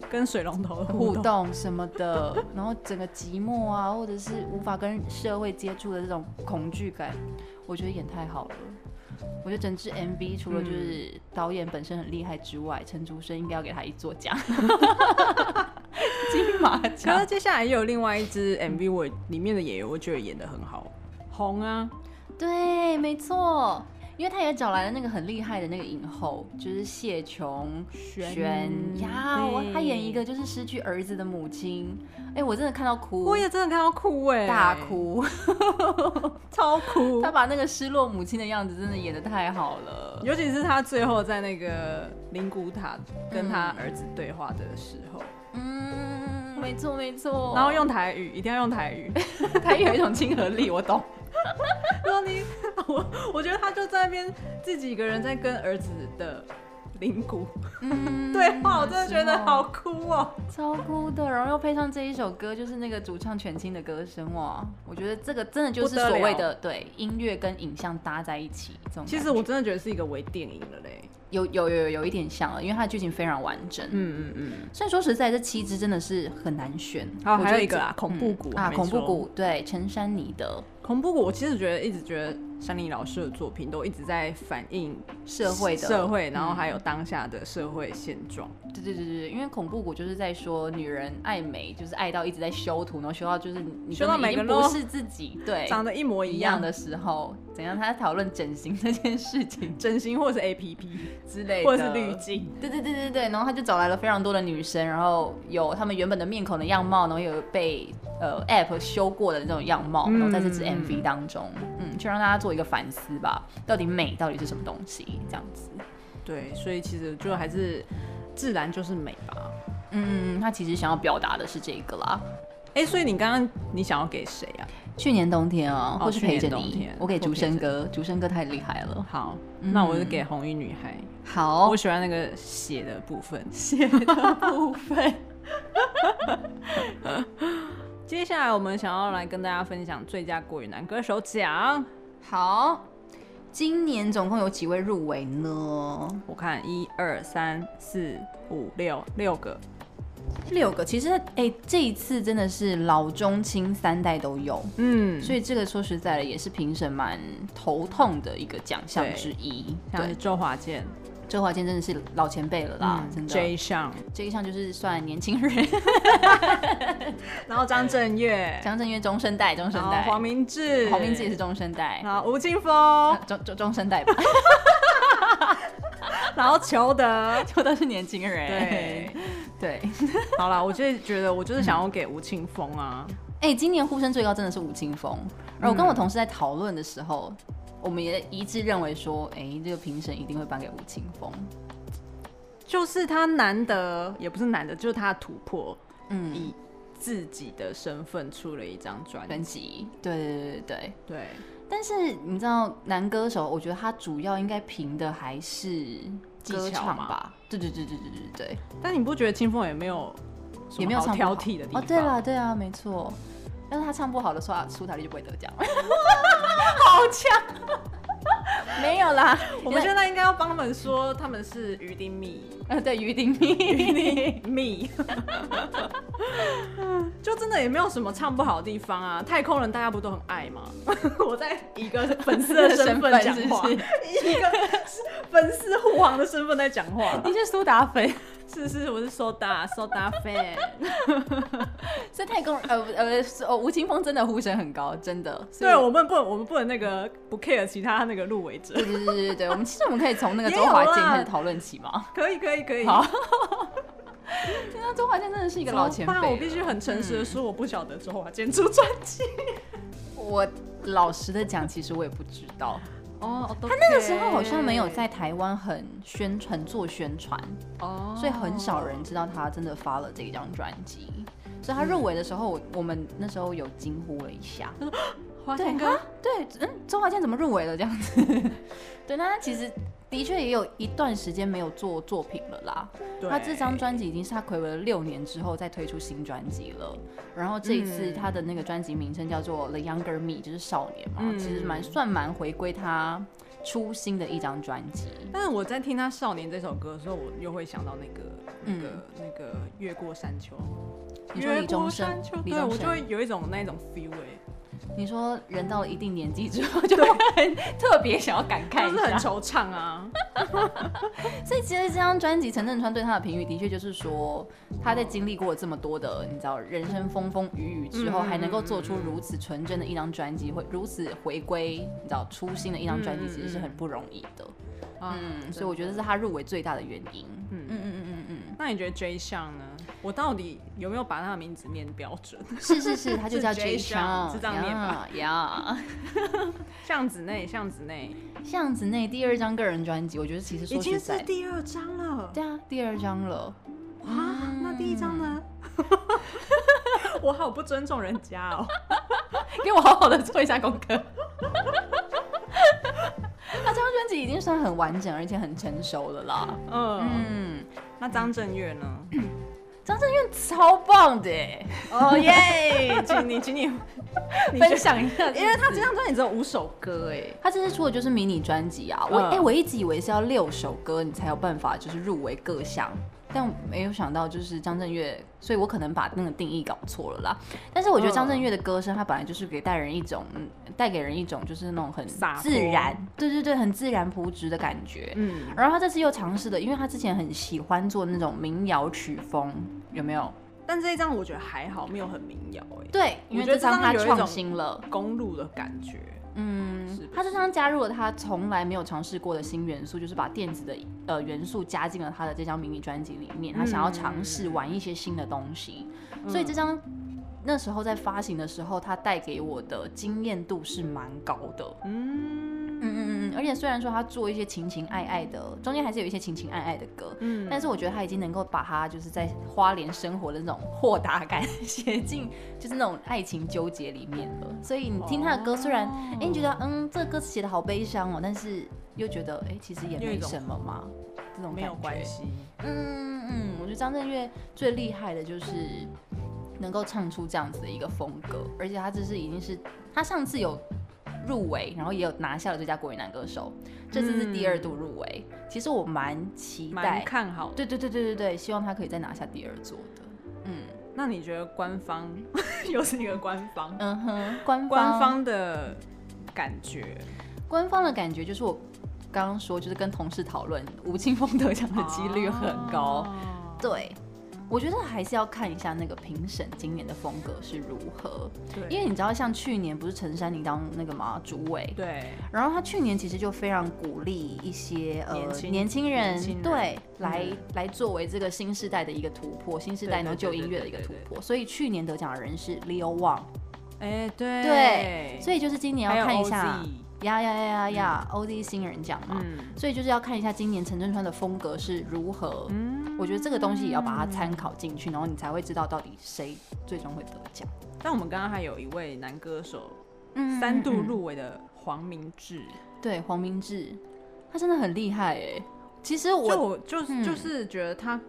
Speaker 2: 跟水龙头的
Speaker 4: 互
Speaker 2: 互动，
Speaker 4: 动什么的， 然后整个寂寞啊，或者是无法跟社会接触的这种恐惧感，我觉得演太好了。我觉得整支 MV 除了就是导演本身很厉害之外，陈竹生应该要给他一座奖， 金马
Speaker 2: 可是
Speaker 4: 奖。
Speaker 2: 接下来也有另外一支 MV，我里面的演员我觉得演的很好，红啊，
Speaker 4: 对，没错，因为他也找来了那个很厉害的那个影后，就是谢琼璇呀，我她演一个就是失去儿子的母亲，哎、我真的看到哭，
Speaker 2: 我也真的看到哭哎、
Speaker 4: 大，哭。
Speaker 2: 超 哭
Speaker 4: 他，把那个失落母亲的样子真的演的太好了。
Speaker 2: 尤其是他最后在那个灵谷塔跟他儿子对话的时候，
Speaker 4: 嗯，没错没错。
Speaker 2: 然后用台语，一定要用台 语，
Speaker 4: 他有一种亲和力，我懂。
Speaker 2: 然后你，我我觉得他就在那边自己一个人在跟儿子的灵谷
Speaker 4: 嗯，
Speaker 2: 对话，我真的觉得好
Speaker 4: 没
Speaker 2: 哭哦。
Speaker 4: 错超哭的，然后又配上这一首歌，就是那个主唱全清的歌声哇，我觉得这个真的就是
Speaker 2: 不得了
Speaker 4: 所谓的对音乐跟影像搭在一起这种感觉。
Speaker 2: 其实我真的觉得是一个微电影了嘞。
Speaker 4: 有有有有一点像了，因为它的剧情非常完整。嗯，
Speaker 2: 嗯嗯嗯，
Speaker 4: 所以说实在，这七支真的是很难选。
Speaker 2: 好
Speaker 4: 我觉得
Speaker 2: 还有一个
Speaker 4: 这
Speaker 2: 啊恐怖谷
Speaker 4: 嗯
Speaker 2: 还
Speaker 4: 啊，
Speaker 2: 没
Speaker 4: 恐怖
Speaker 2: 说
Speaker 4: 谷对陈珊妮的
Speaker 2: 恐怖谷，我其实觉得一直觉得山林老师的作品都一直在反映
Speaker 4: 社会的
Speaker 2: 社会，然后
Speaker 4: 嗯
Speaker 2: 还有当下的社会现状。
Speaker 4: 对对对对，因为恐怖谷就是在说女人爱美，就是爱到一直在修图，然后修到就是你你
Speaker 2: 修到
Speaker 4: 真的
Speaker 2: 每
Speaker 4: 已
Speaker 2: 个
Speaker 4: 经
Speaker 2: 都
Speaker 4: 不是自己，对，
Speaker 2: 长得一模
Speaker 4: 一
Speaker 2: 一
Speaker 4: 样
Speaker 2: 样
Speaker 4: 的
Speaker 2: 的
Speaker 4: 时候，怎样？他在讨论整形这件事情
Speaker 2: 整形或是 A P P
Speaker 4: 之类的，
Speaker 2: 或者是滤。镜，
Speaker 4: 对对对对对，然后他就找来了非常多的女生，然后有他们原本的面孔的样貌，然后有被呃 App 修过的那种样貌，然后在这支
Speaker 2: 嗯
Speaker 4: MV 当中，嗯，就让大家做一个反思吧，到底美到底是什么东西？这样子，
Speaker 2: 对，所以其实就还是自然就是美吧。
Speaker 4: 嗯，他其实想要表达的是这个啦。
Speaker 2: 哎、所以你刚刚你想要给谁啊？
Speaker 4: 去年冬天啊，
Speaker 2: 哦
Speaker 4: 或是陪
Speaker 2: 去
Speaker 4: 着
Speaker 2: 年冬
Speaker 4: 你
Speaker 2: 天，
Speaker 4: 我给竹生哥，竹生哥太厉害了。
Speaker 2: 好，
Speaker 4: 嗯
Speaker 2: 那我就给红衣女孩。
Speaker 4: 好
Speaker 2: 我，喜欢那个哦血的部分。
Speaker 4: 写的部分，
Speaker 2: 接下来我们想要来跟大家分享最佳国语男歌手奖。
Speaker 4: 好。今年总共有几位入围呢？
Speaker 2: 我看一二三四五六六个，
Speaker 4: 六个。其实，哎、这一次真的是老中青三代都有，
Speaker 2: 嗯，
Speaker 4: 所以这个说实在的，也是评审蛮头痛的一个奖项
Speaker 2: 对
Speaker 4: 之一。
Speaker 2: 像是
Speaker 4: 对，
Speaker 2: 周华健嗯
Speaker 4: 周华健真的是老前辈了
Speaker 2: 啊
Speaker 4: 啦，真的。
Speaker 2: J 上，
Speaker 4: 这一项就是算年轻 人，
Speaker 2: 然后张震岳，
Speaker 4: 江正渊中生代，中生
Speaker 2: 然后
Speaker 4: 代，
Speaker 2: 黄明志，
Speaker 4: 哦黄明志也是，中生代，
Speaker 2: 然后吴青峰
Speaker 4: 啊，中中中生代吧。
Speaker 2: 然后裘德。
Speaker 4: 就都是年轻人。
Speaker 2: 对
Speaker 4: 对，
Speaker 2: 好啦，我就是觉得，我就是想要给吴青峰啊，
Speaker 4: 哎、今年呼声最高真的是吴青峰。而我跟
Speaker 2: 嗯
Speaker 4: 我同事在讨论的时候，我们也一致认为说，哎、这个评审一定会颁给吴青峰。
Speaker 2: 就是他难得，也不是难得，就是他突破
Speaker 4: 嗯，
Speaker 2: 以自己的身份出了一张专
Speaker 4: 专
Speaker 2: 辑，
Speaker 4: 辑，对对对对对。
Speaker 2: 对，
Speaker 4: 但是你知道男歌手，我觉得他主要应该评的还是
Speaker 2: 技
Speaker 4: 歌
Speaker 2: 巧
Speaker 4: 唱
Speaker 2: 嘛
Speaker 4: 吧。对对对对对对对，
Speaker 2: 但你不觉得清风也没有什么
Speaker 4: 也没有
Speaker 2: 好
Speaker 4: 唱不好
Speaker 2: 挑剔的地
Speaker 4: 哦
Speaker 2: 方？，
Speaker 4: 对啦对啊，没错。但是他唱不好的话，苏打绿就不会得 奖。好强！ 没有啦，
Speaker 2: 我们现在应该要帮他们说他们是鱼丁蜜
Speaker 4: 呃，对，于丁密，
Speaker 2: 蜜，就真的也没有什么唱不好的地方啊。太空人大家不都很爱吗？ 我在以一个粉丝的身份讲话，
Speaker 4: 身份是
Speaker 2: 以一个粉丝护航的身份在讲话。
Speaker 4: 你是苏打粉，
Speaker 2: 是是，我是 soda soda fan。
Speaker 4: 所以太空人呃不呃是哦，吴青峰真的呼声很高，真的。所 以
Speaker 2: 对，我们不能，我们不能那个不 care 其他那个入围者。
Speaker 4: 对对对对对，我们其实我们可以从那个
Speaker 2: 也
Speaker 4: 周
Speaker 2: 有
Speaker 4: 华健
Speaker 2: 啦
Speaker 4: 开始讨论起嘛。
Speaker 2: 可以可以可以，
Speaker 4: 好对啊，周华健真的是一个老前辈
Speaker 2: 怎么
Speaker 4: 了。
Speaker 2: 办我必须很诚实的说，我不晓得周华健出专辑。
Speaker 4: 我老实的讲，其实我也不知道。
Speaker 2: 哦，他
Speaker 4: 他那个时候好像没有在台湾很宣传做宣传，
Speaker 2: 哦
Speaker 4: 所以很少人知道他真的发了这一张专辑。所以他入围的时候，我我们那时候有惊呼了一下，
Speaker 2: 华
Speaker 4: 对
Speaker 2: 健哥
Speaker 4: 啊，对，嗯，周华健怎么入围了这样子？ 对，那他其实的确也有一段时间没有做作品了啦。
Speaker 2: 对
Speaker 4: 他这张专辑已经是他暌违了六年之后再推出新专辑了，然后这一次
Speaker 2: 嗯
Speaker 4: 他的那个专辑名称叫做《The Younger Me》，就是少年嘛，
Speaker 2: 嗯
Speaker 4: 其实蛮算蛮回归他初心的一张专辑。
Speaker 2: 但是我在听他《少年》这首歌的时候，我又会想到那个、那个、那个越过山丘，
Speaker 4: 嗯你说李
Speaker 2: 越过
Speaker 4: 宗盛
Speaker 2: 山丘，，
Speaker 4: 李
Speaker 2: 对
Speaker 4: 宗
Speaker 2: 我就
Speaker 4: 盛，
Speaker 2: 会有一种那一种 feel 哎、
Speaker 4: 你说人到了一定年纪之 后，就会 很特别想要感慨
Speaker 2: 就
Speaker 4: 一
Speaker 2: 是很
Speaker 4: 下。
Speaker 2: 惆怅啊。
Speaker 4: 所以其实这张专辑，陈振川对他的评语的确就是说，他在经历过这么多的，嗯你知道人生风风雨雨之后，
Speaker 2: 嗯
Speaker 4: 还能够做出如此纯真的一张专辑，会如此回归，你知道初心的一张专辑，
Speaker 2: 嗯嗯
Speaker 4: 其实是很不容易的。
Speaker 2: 啊
Speaker 4: 嗯，所以我觉得是他入围最大的原因。嗯
Speaker 2: 嗯
Speaker 4: 嗯嗯嗯嗯
Speaker 2: 那你觉得 J 项呢？我到底有没有把他的名字念标准？
Speaker 4: 嗯，是是是，他就叫 J
Speaker 2: Jay Sean，
Speaker 4: Sean，
Speaker 2: 是这样念吧
Speaker 4: 呀，
Speaker 2: 巷子内，巷子内，
Speaker 4: 巷子内第二张个人专辑，我觉得其实
Speaker 2: 已
Speaker 4: 说
Speaker 2: 经
Speaker 4: 实
Speaker 2: 是
Speaker 4: 在，
Speaker 2: 第二章了
Speaker 4: 对啊，第二张了。
Speaker 2: 啊！那第一章呢？我好不尊重人家哦。
Speaker 4: 给我好好的做一下功课。 那这张专辑已经算很完整，而且很成熟了啦。
Speaker 2: 嗯，
Speaker 4: 嗯，
Speaker 2: 那张震岳 呢？
Speaker 4: 张震岳超棒的耶，
Speaker 2: 哦耶！ 请你， 请你，你
Speaker 4: 分享一下，
Speaker 2: 因为他这张专辑只有五首歌哎，
Speaker 4: 他这次出的就是迷你专辑啊。我哎、
Speaker 2: 嗯
Speaker 4: 我一直以为是要六首歌你才有办法就是入围各项，但没有想到就是张震岳，所以我可能把那个定义搞错了啦。但是我觉
Speaker 2: 嗯
Speaker 4: 得张震岳的歌声，他本来就是给带人一种，嗯，带给人一种就是那种很
Speaker 2: 洒脱
Speaker 4: 自然，对对对，很自然朴质的感觉。
Speaker 2: 嗯，
Speaker 4: 然后他这次又尝试的，因为他之前很喜欢做那种民谣曲风，有没有？
Speaker 2: 但这一张我觉得还好，没有很民谣哎，
Speaker 4: 对，因为这张他创新了。
Speaker 2: 公路的感觉，
Speaker 4: 嗯
Speaker 2: 是，
Speaker 4: 他这张加入了他从来没有尝试过的新元素，就是把电子的呃元素加进了他的这张迷你专辑里面。他想要尝试玩一些新的东西，所以这张那时候在发行的时候，他带给我的惊艳度是蛮高的。
Speaker 2: 嗯
Speaker 4: 嗯嗯嗯，而且虽然说他做一些情情爱爱的，中间还是有一些情情爱爱的歌，
Speaker 2: 嗯
Speaker 4: 但是我觉得他已经能够把他就是在花莲生活的那种豁达感 写进就是那种爱情纠结里面了。所以你听他的歌，虽然哎、诶你觉得嗯这个歌词写的好悲伤哦，但是又觉得哎、诶其实也
Speaker 2: 有一
Speaker 4: 没
Speaker 2: 种
Speaker 4: 什么嘛，这种
Speaker 2: 没有
Speaker 4: 感觉
Speaker 2: 关。系，
Speaker 4: 嗯嗯嗯，我觉得张震岳最厉害的就是能够唱出这样子的一个风格，而且他这是已经是他上次有入围，然后也有拿下了最佳国语男歌手，这次是第二度入围。其实我蛮期
Speaker 2: 蛮
Speaker 4: 待，
Speaker 2: 看好的。
Speaker 4: 对对对对对对，希望他可以再拿下第二座的。嗯
Speaker 2: 那你觉得官方 又是一个官方，
Speaker 4: 嗯哼，官方
Speaker 2: 官方的感觉
Speaker 4: 官方的感觉就是我刚刚说，就是跟同事讨论吴青峰得奖的几率很高。
Speaker 2: 哦
Speaker 4: 对，我觉得还是要看一下那个评审今年的风格是如何，
Speaker 2: 对，
Speaker 4: 因为你知道，像去年不是陈珊妮当那个嘛主委，
Speaker 2: 对
Speaker 4: 然后她去年其实就非常鼓励一些呃
Speaker 2: 年轻
Speaker 4: 年轻人
Speaker 2: 年轻人嗯
Speaker 4: 对来来作为这个新时代的一个突破，新时代
Speaker 2: 对对
Speaker 4: 然后旧
Speaker 2: 对对
Speaker 4: 音乐的
Speaker 2: 对
Speaker 4: 一个突
Speaker 2: 对对
Speaker 4: 破，所以去年得奖的人是 Leo Wang，
Speaker 2: 哎对
Speaker 4: 对，所以就是今年
Speaker 2: 还
Speaker 4: 要
Speaker 2: 有
Speaker 4: 看一下
Speaker 2: OZ，
Speaker 4: 呀呀呀呀呀，OZ 新人奖嘛，
Speaker 2: 嗯
Speaker 4: 所以就是要看一下今年陈振川的风格是如何。
Speaker 2: 嗯，
Speaker 4: 我觉得这个东西也要把它参考进去，然后你才会知道到底谁最终会得奖。
Speaker 2: 但我们刚刚还有一位男歌手
Speaker 4: 嗯
Speaker 2: 三度入围的黄明志，
Speaker 4: 对黄明志，他真的很厉害哎。其实
Speaker 2: 就
Speaker 4: 我
Speaker 2: 我就
Speaker 4: 嗯
Speaker 2: 是就是觉得他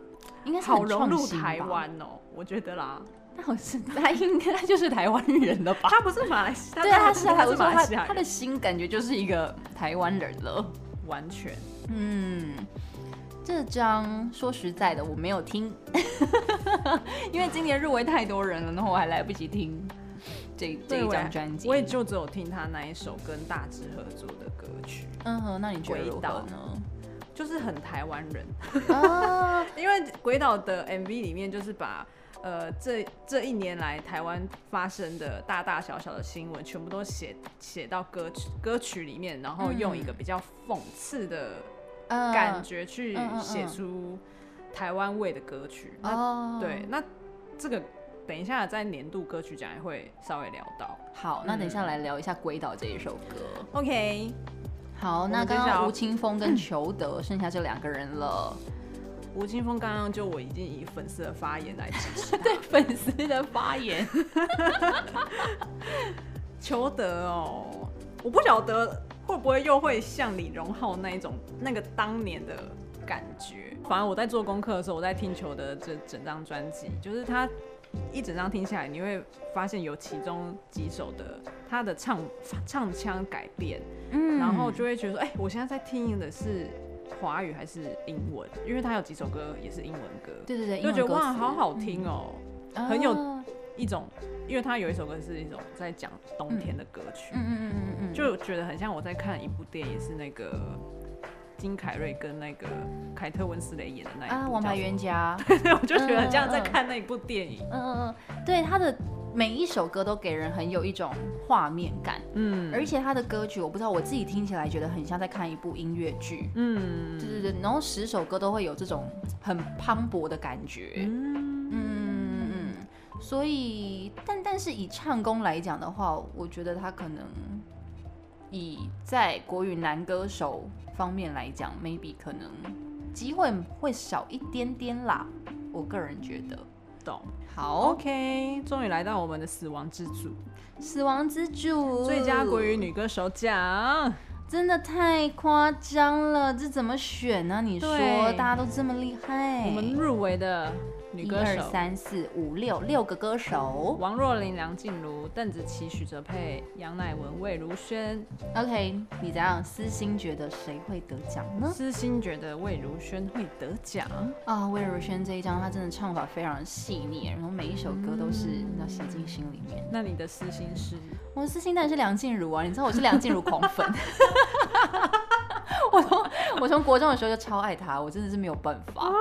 Speaker 4: 应该是很
Speaker 2: 好融入
Speaker 4: 创新吧
Speaker 2: 台，湾哦，我觉得啦，
Speaker 4: 但我是他应该他就是台湾人了吧？
Speaker 2: 他不是马来西亚，
Speaker 4: 啊对啊，他
Speaker 2: 他
Speaker 4: 是
Speaker 2: 他
Speaker 4: 啊，
Speaker 2: 是
Speaker 4: 我说
Speaker 2: 马来
Speaker 4: 他
Speaker 2: 西亚
Speaker 4: 他
Speaker 2: 人，
Speaker 4: 的心感觉就是一个台湾人了。
Speaker 2: 完全
Speaker 4: 嗯，这张说实在的，我没有听， 因为今年入围太多人了，然后我还来不及听这这
Speaker 2: 对
Speaker 4: 一
Speaker 2: 我也
Speaker 4: 张专辑。
Speaker 2: 我也就只有听他那一首跟大志合作的歌曲，
Speaker 4: 嗯哼，那你觉得如
Speaker 2: 鬼岛
Speaker 4: 何呢？
Speaker 2: 就是很台湾人，
Speaker 4: 啊，
Speaker 2: 因为鬼岛的 MV 里面就是把。呃，这这一年来台湾发生的大大小小的新闻，全部都写写到歌曲歌曲里面，然后用一个比较讽刺的
Speaker 4: 嗯
Speaker 2: 感觉去
Speaker 4: 嗯嗯嗯
Speaker 2: 写出台湾味的歌曲。那
Speaker 4: 哦，
Speaker 2: 对，，那这个等一下在年度歌曲奖也会稍微聊到。
Speaker 4: 好，那等一下来聊一下《鬼岛》这一首歌。
Speaker 2: OK，
Speaker 4: 好，那
Speaker 2: 们接
Speaker 4: 刚
Speaker 2: 下来
Speaker 4: 刚
Speaker 2: 要
Speaker 4: 吴青峰跟裘德剩下这两个人了，
Speaker 2: 吴青峰刚刚就我已经以粉丝的发言来支持
Speaker 4: 对 粉丝的发言，
Speaker 2: 求得哦，我不晓得会不会又会像李荣浩那一种那个当年的感觉。反正我在做功课的时候，我在听求得这整张专辑，就是他一整张听下来，你会发现有其中几首的他的唱唱腔改变，
Speaker 4: 嗯
Speaker 2: 然后就会觉得说，哎、我现在在听的是华语还是英文？因为他有几首歌也是英文歌，
Speaker 4: 对对对，
Speaker 2: 就
Speaker 4: 英文
Speaker 2: 觉得
Speaker 4: 歌
Speaker 2: 哇，
Speaker 4: 词
Speaker 2: 好好听哦、
Speaker 4: 啊
Speaker 2: 很有
Speaker 4: 嗯
Speaker 2: 一种，因为他有一首歌是一种在讲冬天的歌曲，
Speaker 4: 嗯嗯嗯嗯，
Speaker 2: 就觉得很像我在看一部电影，是那个金凯瑞跟那个凯特温斯雷演的那一部
Speaker 4: 啊，王牌，冤家，
Speaker 2: 叫什么我就觉得很像在看那一部电影。
Speaker 4: 嗯嗯嗯，对他的每一首歌都给人很有一种画面感，
Speaker 2: 嗯
Speaker 4: 而且他的歌曲我不知道我自己听起来觉得很像在看一部音乐剧，
Speaker 2: 嗯
Speaker 4: 对对对，然后十首歌都会有这种很磅礴的感觉，
Speaker 2: 嗯
Speaker 4: 嗯嗯嗯嗯，所以但但是以唱功来讲的话，我觉得他可能以在国语男歌手方面来讲，maybe 可能机会会少一点点啦，我个人觉得。
Speaker 2: 懂。
Speaker 4: 好，
Speaker 2: OK，终于来到我们的死亡之组，
Speaker 4: 死亡之主
Speaker 2: 最佳国语女歌手奖。
Speaker 4: 真的太夸张了，这怎么选呢、你说
Speaker 2: 对
Speaker 4: 大家都这么厉害，
Speaker 2: 我们入围的女
Speaker 4: 一
Speaker 2: 歌
Speaker 4: 二
Speaker 2: 手
Speaker 4: 三四五六六个歌手
Speaker 2: 王若琳、梁静茹、邓紫棋、许哲佩、杨乃文、魏如萱。
Speaker 4: ，OK，你怎样私心觉得谁会得奖呢？
Speaker 2: 私心觉得魏如萱会得奖，
Speaker 4: 啊，魏如萱这一张，她真的唱法非常细腻，然后每一首歌都是你知道写进心里面。
Speaker 2: 那你的私心是？
Speaker 4: 我私心当然是梁静茹啊，你知道我是梁静茹狂 粉，我从我从国中的时候就超爱她，我真的是没有办法。
Speaker 2: 啊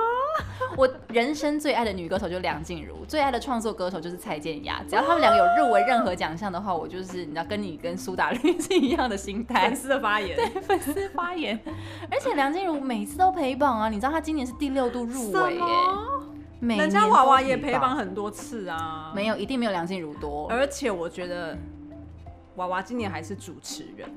Speaker 4: 我人生最爱的女歌手就是梁静茹，最爱的创作歌手就是蔡健雅。只要他们两个有入围任何奖项的话，我就是你知道，跟你跟苏打绿是一样的心态
Speaker 2: 粉。丝的发言，
Speaker 4: 粉丝发言，而且梁静茹每次都陪榜啊，你知道她今年是第六度入围耶、欸每
Speaker 2: 人
Speaker 4: 年
Speaker 2: 家
Speaker 4: 都
Speaker 2: 娃娃也陪榜很多次啊，
Speaker 4: 没有，一定没有梁静茹多。
Speaker 2: 而且我觉得娃娃今年还是主持人，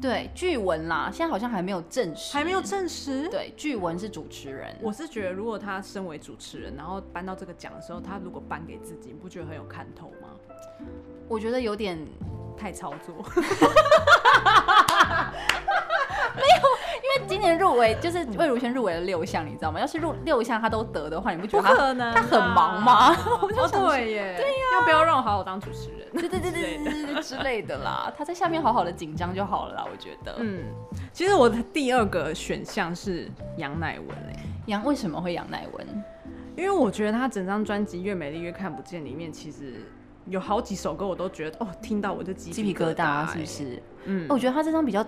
Speaker 4: 对，据闻啦，现在好像还没有证实，
Speaker 2: 还没有证实。
Speaker 4: 对，据闻是主持人。
Speaker 2: 我是觉得，如果他身为主持人，然后颁到这个奖的时候，他如果颁给自己，你不觉得很有看头吗？
Speaker 4: 我觉得有点，因
Speaker 2: 太操作，
Speaker 4: 为今年入围就是魏如萱入围了六项，你知道吗？要是入六项她都得的话，你不觉得她？
Speaker 2: 能啊
Speaker 4: 他很忙吗我就
Speaker 2: 哦，
Speaker 4: 想说
Speaker 2: 对耶，对呀，要不要让我好好当主持人？
Speaker 4: 对对对对对对对之类的啦，她在下面好好的紧张就好了啦，我觉得。嗯，
Speaker 2: 嗯，其实我的第二个选项是杨乃文欸诶，
Speaker 4: 杨为什么会杨乃文？
Speaker 2: 因为我觉得他整张专辑《越美丽越看不见》里面，其实有好几首歌我都觉得哦，听到我就鸡
Speaker 4: 鸡皮疙瘩
Speaker 2: 瘩，
Speaker 4: 是不？是？
Speaker 2: 嗯，
Speaker 4: 我觉得他这张比较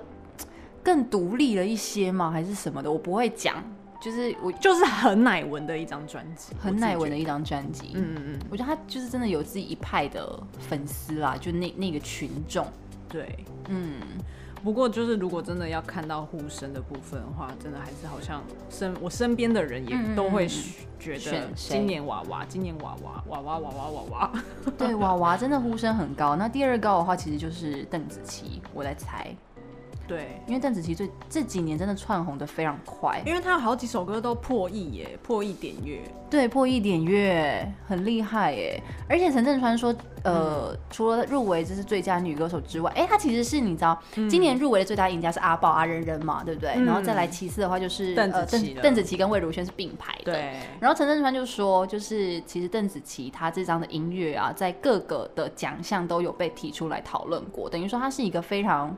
Speaker 4: 更独立了一些嘛，还是什么的，我不会讲，就是我
Speaker 2: 就是很乃文的一张专辑，
Speaker 4: 很奶文的
Speaker 2: 我
Speaker 4: 一张专
Speaker 2: 自己
Speaker 4: 辑。
Speaker 2: 觉得。嗯嗯嗯，
Speaker 4: 我觉得他就是真的有自己一派的粉丝啦，就那那个群众，
Speaker 2: 对。
Speaker 4: 嗯，
Speaker 2: 不过就是如果真的要看到呼声的部分的话，真的还是好像身我身边的人
Speaker 4: 嗯嗯
Speaker 2: 也
Speaker 4: 嗯
Speaker 2: 都会
Speaker 4: 嗯
Speaker 2: 觉得
Speaker 4: 选谁
Speaker 2: 今年娃娃，今年娃娃，娃娃娃娃娃娃，
Speaker 4: 对，娃娃真的呼声很高。那第二高的话，其实就是邓紫棋，我在猜，
Speaker 2: 对。
Speaker 4: 因为邓紫棋最这几年真的窜红的非常快，
Speaker 2: 因为他有好几首歌都破亿耶，破亿点阅，
Speaker 4: 对，破一点月很厉害耶。而且陈振川说，呃，
Speaker 2: 嗯
Speaker 4: 除了入围这是最佳女歌手之外，哎、她其实是你知道，今年入围的最佳赢家是阿豹、阿扔扔嘛，对不对？
Speaker 2: 嗯
Speaker 4: 然后再来其次的话就是
Speaker 2: 邓紫
Speaker 4: 呃
Speaker 2: 棋了
Speaker 4: 邓紫棋跟魏如萱是并排的，
Speaker 2: 对，
Speaker 4: 然后陈振川就说，就是其实邓紫棋她这张的音乐啊，在各个的奖项都有被提出来讨论过，等于说她是一个非常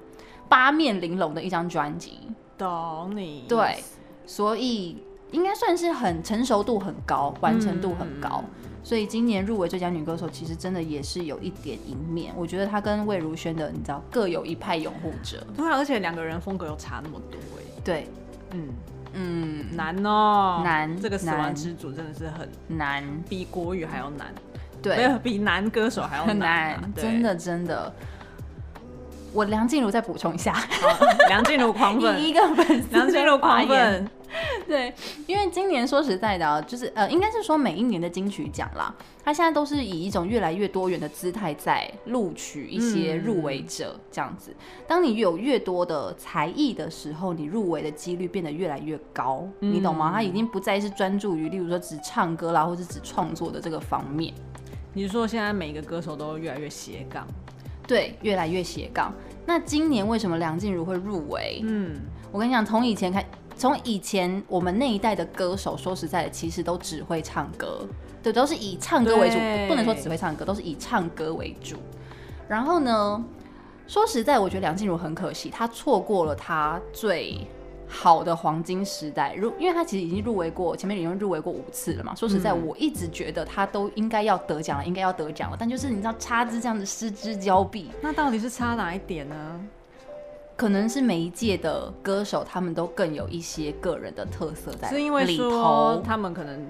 Speaker 4: 八面玲珑的一张专辑，
Speaker 2: 懂你。
Speaker 4: 对，所以应该算是很成熟度很高，完成度很高。
Speaker 2: 嗯
Speaker 4: 所以今年入围最佳女歌手，其实真的也是有一点赢面。我觉得她跟魏如萱的，你知道各有一派拥护者。
Speaker 2: 对啊，而且两个人风格又差那么多哎，
Speaker 4: 对，
Speaker 2: 嗯，
Speaker 4: 嗯，
Speaker 2: 难哦，
Speaker 4: 难
Speaker 2: 这个死
Speaker 4: 难
Speaker 2: 亡之主真的是很
Speaker 4: 难，
Speaker 2: 比国语还要难，没
Speaker 4: 对
Speaker 2: 有，比男歌手还要
Speaker 4: 很
Speaker 2: 难啊，
Speaker 4: 难，
Speaker 2: 对
Speaker 4: 真。的真的。我梁静茹再补充一下，
Speaker 2: 梁静茹狂
Speaker 4: 以一
Speaker 2: 粉，
Speaker 4: 个粉丝
Speaker 2: 梁静茹
Speaker 4: 的发
Speaker 2: 狂
Speaker 4: 言
Speaker 2: 粉，
Speaker 4: 对，因为今年说实在的、啊，就是呃，应该是说每一年的金曲奖啦，它现在都是以一种越来越多元的姿态在录取一些
Speaker 2: 嗯
Speaker 4: 入围者这样子。当你有越多的才艺的时候，你入围的几率变得越来越高，
Speaker 2: 嗯
Speaker 4: 你懂吗？它已经不再是专注于，例如说只唱歌啦，或是只创作的这个方面。
Speaker 2: 你说现在每个歌手都越来越斜杠，
Speaker 4: 对，越来越斜杠。那今年为什么梁静茹会入围？
Speaker 2: 嗯，
Speaker 4: 我跟你讲，从以前开，从以前我们那一代的歌手，说实在的，其实都只会唱歌，对，都是以唱歌为主
Speaker 2: 对，
Speaker 4: 不能说只会唱歌，都是以唱歌为主。然后呢，说实在，我觉得梁静茹很可惜，她错过了她最好的黄金时代。入，因为她其实已经入围过，前面已经入围过五次了嘛。说实在，我一直觉得她都应该要得奖了，应该要得奖了，但就是你知道，差之这样子失之交臂。
Speaker 2: 那到底是差哪一点呢？
Speaker 4: 可能是每一届的歌手，他们都更有一些个人的特色在
Speaker 2: 是因为
Speaker 4: 里
Speaker 2: 说
Speaker 4: 头，
Speaker 2: 他们可能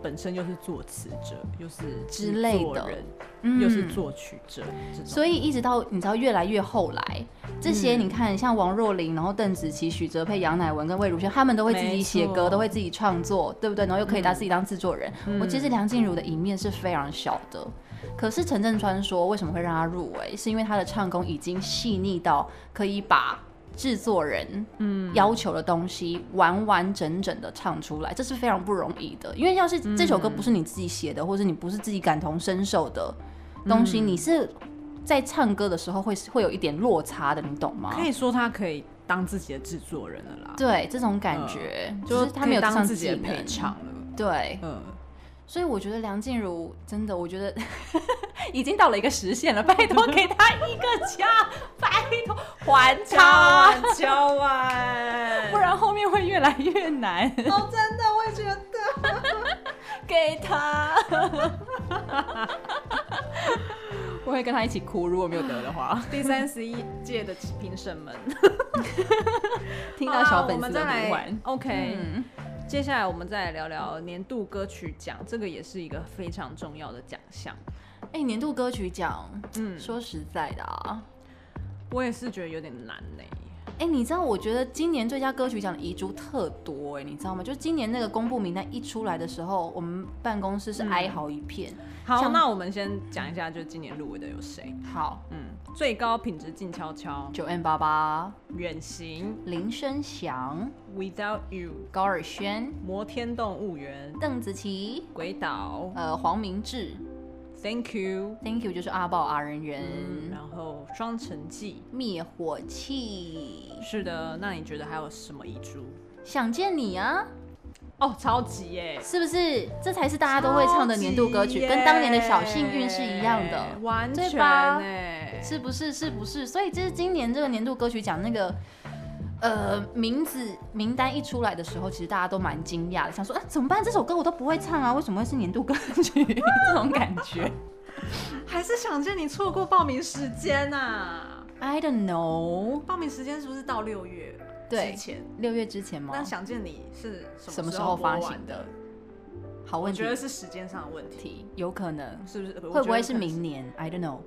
Speaker 2: 本身又是作词者，又是
Speaker 4: 之类的
Speaker 2: 制作人，
Speaker 4: 嗯
Speaker 2: 又是作曲者，这种
Speaker 4: 所以一直到你知道越来越后来，这些你看像王若琳，然后邓紫棋、许哲佩、杨乃文跟魏如萱，他们都会自己写
Speaker 2: 没错嗯
Speaker 4: 歌，都会自己创作，对不对？然后又可以当自己当制作人。我其实梁静茹的一面是非常小的，可是陈振川说为什么会让她入围，是因为她的唱功已经细腻到可以把。制作人嗯要求的东西完完整整的唱出来，这是非常不容易的。因为要是
Speaker 2: 嗯
Speaker 4: 这首歌不是你自己写的，或者你不是自己感同身受的东
Speaker 2: 嗯
Speaker 4: 西，你是在唱歌的时候会会有一点落差的，你懂吗？
Speaker 2: 可以说他可以当自己的制作人了啦，
Speaker 4: 对，这种感觉、
Speaker 2: 嗯就
Speaker 4: 就是他没有
Speaker 2: 可以当
Speaker 4: 这项
Speaker 2: 自己的
Speaker 4: 技
Speaker 2: 配
Speaker 4: 能
Speaker 2: 唱了。
Speaker 4: 对，
Speaker 2: 嗯，
Speaker 4: 所以我觉得梁静茹真的，我觉得 已经到了一个时限了，拜托给她一个家，拜托还她，
Speaker 2: 敲完
Speaker 4: 不然后面会越来越难。
Speaker 2: 哦，真的，我也觉得
Speaker 4: 给 他，我会跟他一起哭，如果没有得的话。
Speaker 2: 第三十一届的评审们，
Speaker 4: 听到小
Speaker 2: 好啦我
Speaker 4: 粉丝
Speaker 2: 们再
Speaker 4: 的呼
Speaker 2: 来
Speaker 4: 唤，
Speaker 2: ，OK，
Speaker 4: 嗯，
Speaker 2: 接下来我们再来聊聊年度歌曲奖，这个也是一个非常重要的奖项。
Speaker 4: 哎、年度歌曲奖，
Speaker 2: 嗯，
Speaker 4: 说实在的啊，
Speaker 2: 我也是觉得有点难呢、
Speaker 4: 哎、你知道，我觉得今年最佳歌曲奖的遗珠特多哎、你知道吗？就是今年那个公布名单一出来的时候，我们办公室是哀嚎一片。
Speaker 2: 好，
Speaker 4: 像
Speaker 2: 那我们先讲一下，就是今年入围的有谁？
Speaker 4: 好，
Speaker 2: 嗯，最高品质静悄悄、
Speaker 4: 九 N 八八、
Speaker 2: 远行、
Speaker 4: 林声祥、
Speaker 2: Without You、
Speaker 4: 高尔宣、
Speaker 2: 摩天动物园、
Speaker 4: 邓紫棋、
Speaker 2: 鬼岛、
Speaker 4: 呃黄明志
Speaker 2: Thank You，
Speaker 4: ，Thank you 就是阿豹阿人员。
Speaker 2: 嗯，然后双城记。
Speaker 4: 灭火器，
Speaker 2: 是的，那你觉得还有什么遗珠？
Speaker 4: 想见你啊，
Speaker 2: 哦，超级耶、
Speaker 4: 是不是？这才是大家都会唱的年度歌曲，跟当年的小幸运是一样的，
Speaker 2: 完全
Speaker 4: 对吧
Speaker 2: 哎、
Speaker 4: 是不是？是不是？所以这是今年这个年度歌曲奖那个。呃，名字名单一出来的时候，其实大家都蛮惊讶的，想说，哎、怎么办？这首歌我都不会唱啊，为什么会是年度歌曲？ 这种感觉
Speaker 2: 还是想见你错过报名时间呐、啊
Speaker 4: ，I don't know。
Speaker 2: 报名时间是不是到六月
Speaker 4: 对
Speaker 2: 之前？
Speaker 4: 六月之前吗？
Speaker 2: 那想见你是
Speaker 4: 什么
Speaker 2: 时
Speaker 4: 时候发
Speaker 2: 播完
Speaker 4: 行
Speaker 2: 的
Speaker 4: 的？好
Speaker 2: 我
Speaker 4: 问题
Speaker 2: 觉，得是时间上的问题，
Speaker 4: 有可能。
Speaker 2: 是不是？
Speaker 4: 会
Speaker 2: 会
Speaker 4: 不会是明？年？I don't know。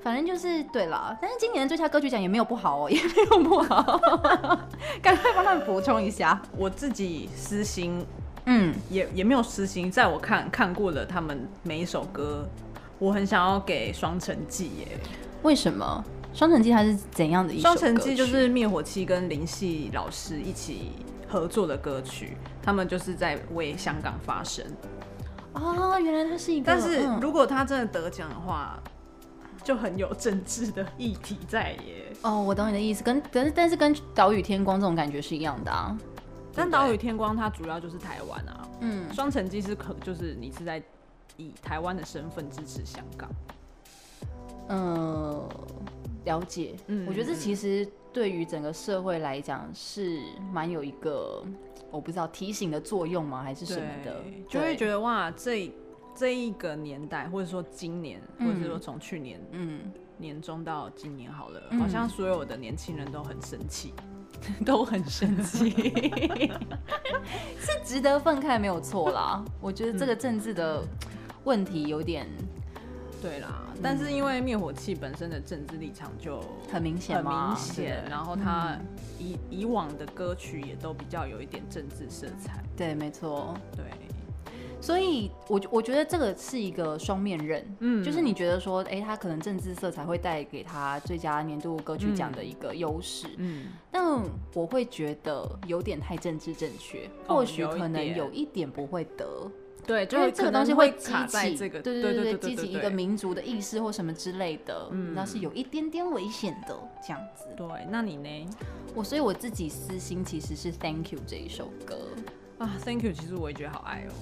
Speaker 4: 反
Speaker 2: 啊
Speaker 4: 正就是对了，但是今年的最佳歌曲奖也没有不好哦，也没有不好， 赶快帮他们补充一下。
Speaker 2: 我自己私心
Speaker 4: 嗯，
Speaker 2: 也也没有私心，在我看看过了他们每一首歌，我很想要给《双城记》耶，
Speaker 4: 为什么《双城记》它是怎样的一
Speaker 2: 《
Speaker 4: 首歌
Speaker 2: 双
Speaker 4: 曲？
Speaker 2: 城记》就是灭火器跟林夕老师一起合作的歌曲，他们就是在为香港发声。
Speaker 4: 哦，原来它是一个。
Speaker 2: 但是
Speaker 4: 嗯
Speaker 2: 如果他真的得奖的话，就很有政治的议题在耶。
Speaker 4: 哦，我懂你的意思，跟但是但是跟《岛屿天光》这种感觉是一样的啊。
Speaker 2: 但《岛屿天光》它主要就是台湾啊，
Speaker 4: 嗯，
Speaker 2: 双城记是可就是你是在以台湾的身份支持香港，
Speaker 4: 呃，了解。
Speaker 2: 嗯
Speaker 4: 我觉得这其实对于整个社会来讲是蛮有一个我不知道提醒的作用吗，还是什么的
Speaker 2: 对，，就会觉
Speaker 4: 得
Speaker 2: 得哇，这这一个年代，或者说今年，或者是说
Speaker 4: 嗯
Speaker 2: 从去年、
Speaker 4: 嗯，
Speaker 2: 年中到今年好了，
Speaker 4: 嗯
Speaker 2: 好像所有的年轻人都很生气。
Speaker 4: 都很生 气，是值得愤慨没有错啦。我觉得这
Speaker 2: 嗯
Speaker 4: 个政治的问题有点
Speaker 2: 对啦，但是因为灭火器本身的政治立场就
Speaker 4: 很明显
Speaker 2: 很
Speaker 4: 嘛，
Speaker 2: 明显，
Speaker 4: 对嗯
Speaker 2: 然后他以以往的歌曲也都比较有一点政治色彩。
Speaker 4: 对，没错。
Speaker 2: 对，
Speaker 4: 所以我觉我觉得这个是一个双面刃，
Speaker 2: 嗯
Speaker 4: 就是你觉得说，哎、他可能政治色彩会带给他最佳年度歌曲奖的一个优势，
Speaker 2: 嗯，
Speaker 4: 但我会觉得有点太政治正确，
Speaker 2: 哦
Speaker 4: 或许
Speaker 2: 有一
Speaker 4: 可能
Speaker 2: 点
Speaker 4: 有一点不会得，
Speaker 2: 对，
Speaker 4: 因
Speaker 2: 就
Speaker 4: 为
Speaker 2: 是
Speaker 4: 这个
Speaker 2: 可能
Speaker 4: 东西
Speaker 2: 会
Speaker 4: 激
Speaker 2: 卡在
Speaker 4: 起，
Speaker 2: 这个，
Speaker 4: 对
Speaker 2: 对
Speaker 4: 对
Speaker 2: 对，
Speaker 4: 激起一个。民族的意识或什么之类的，
Speaker 2: 嗯
Speaker 4: 那是有一点点危险的这样子。
Speaker 2: 对，那你呢？
Speaker 4: 我所以我自己私心其实是《Thank You》这一首歌，
Speaker 2: 啊，Thank you，其实我也觉得好爱哦。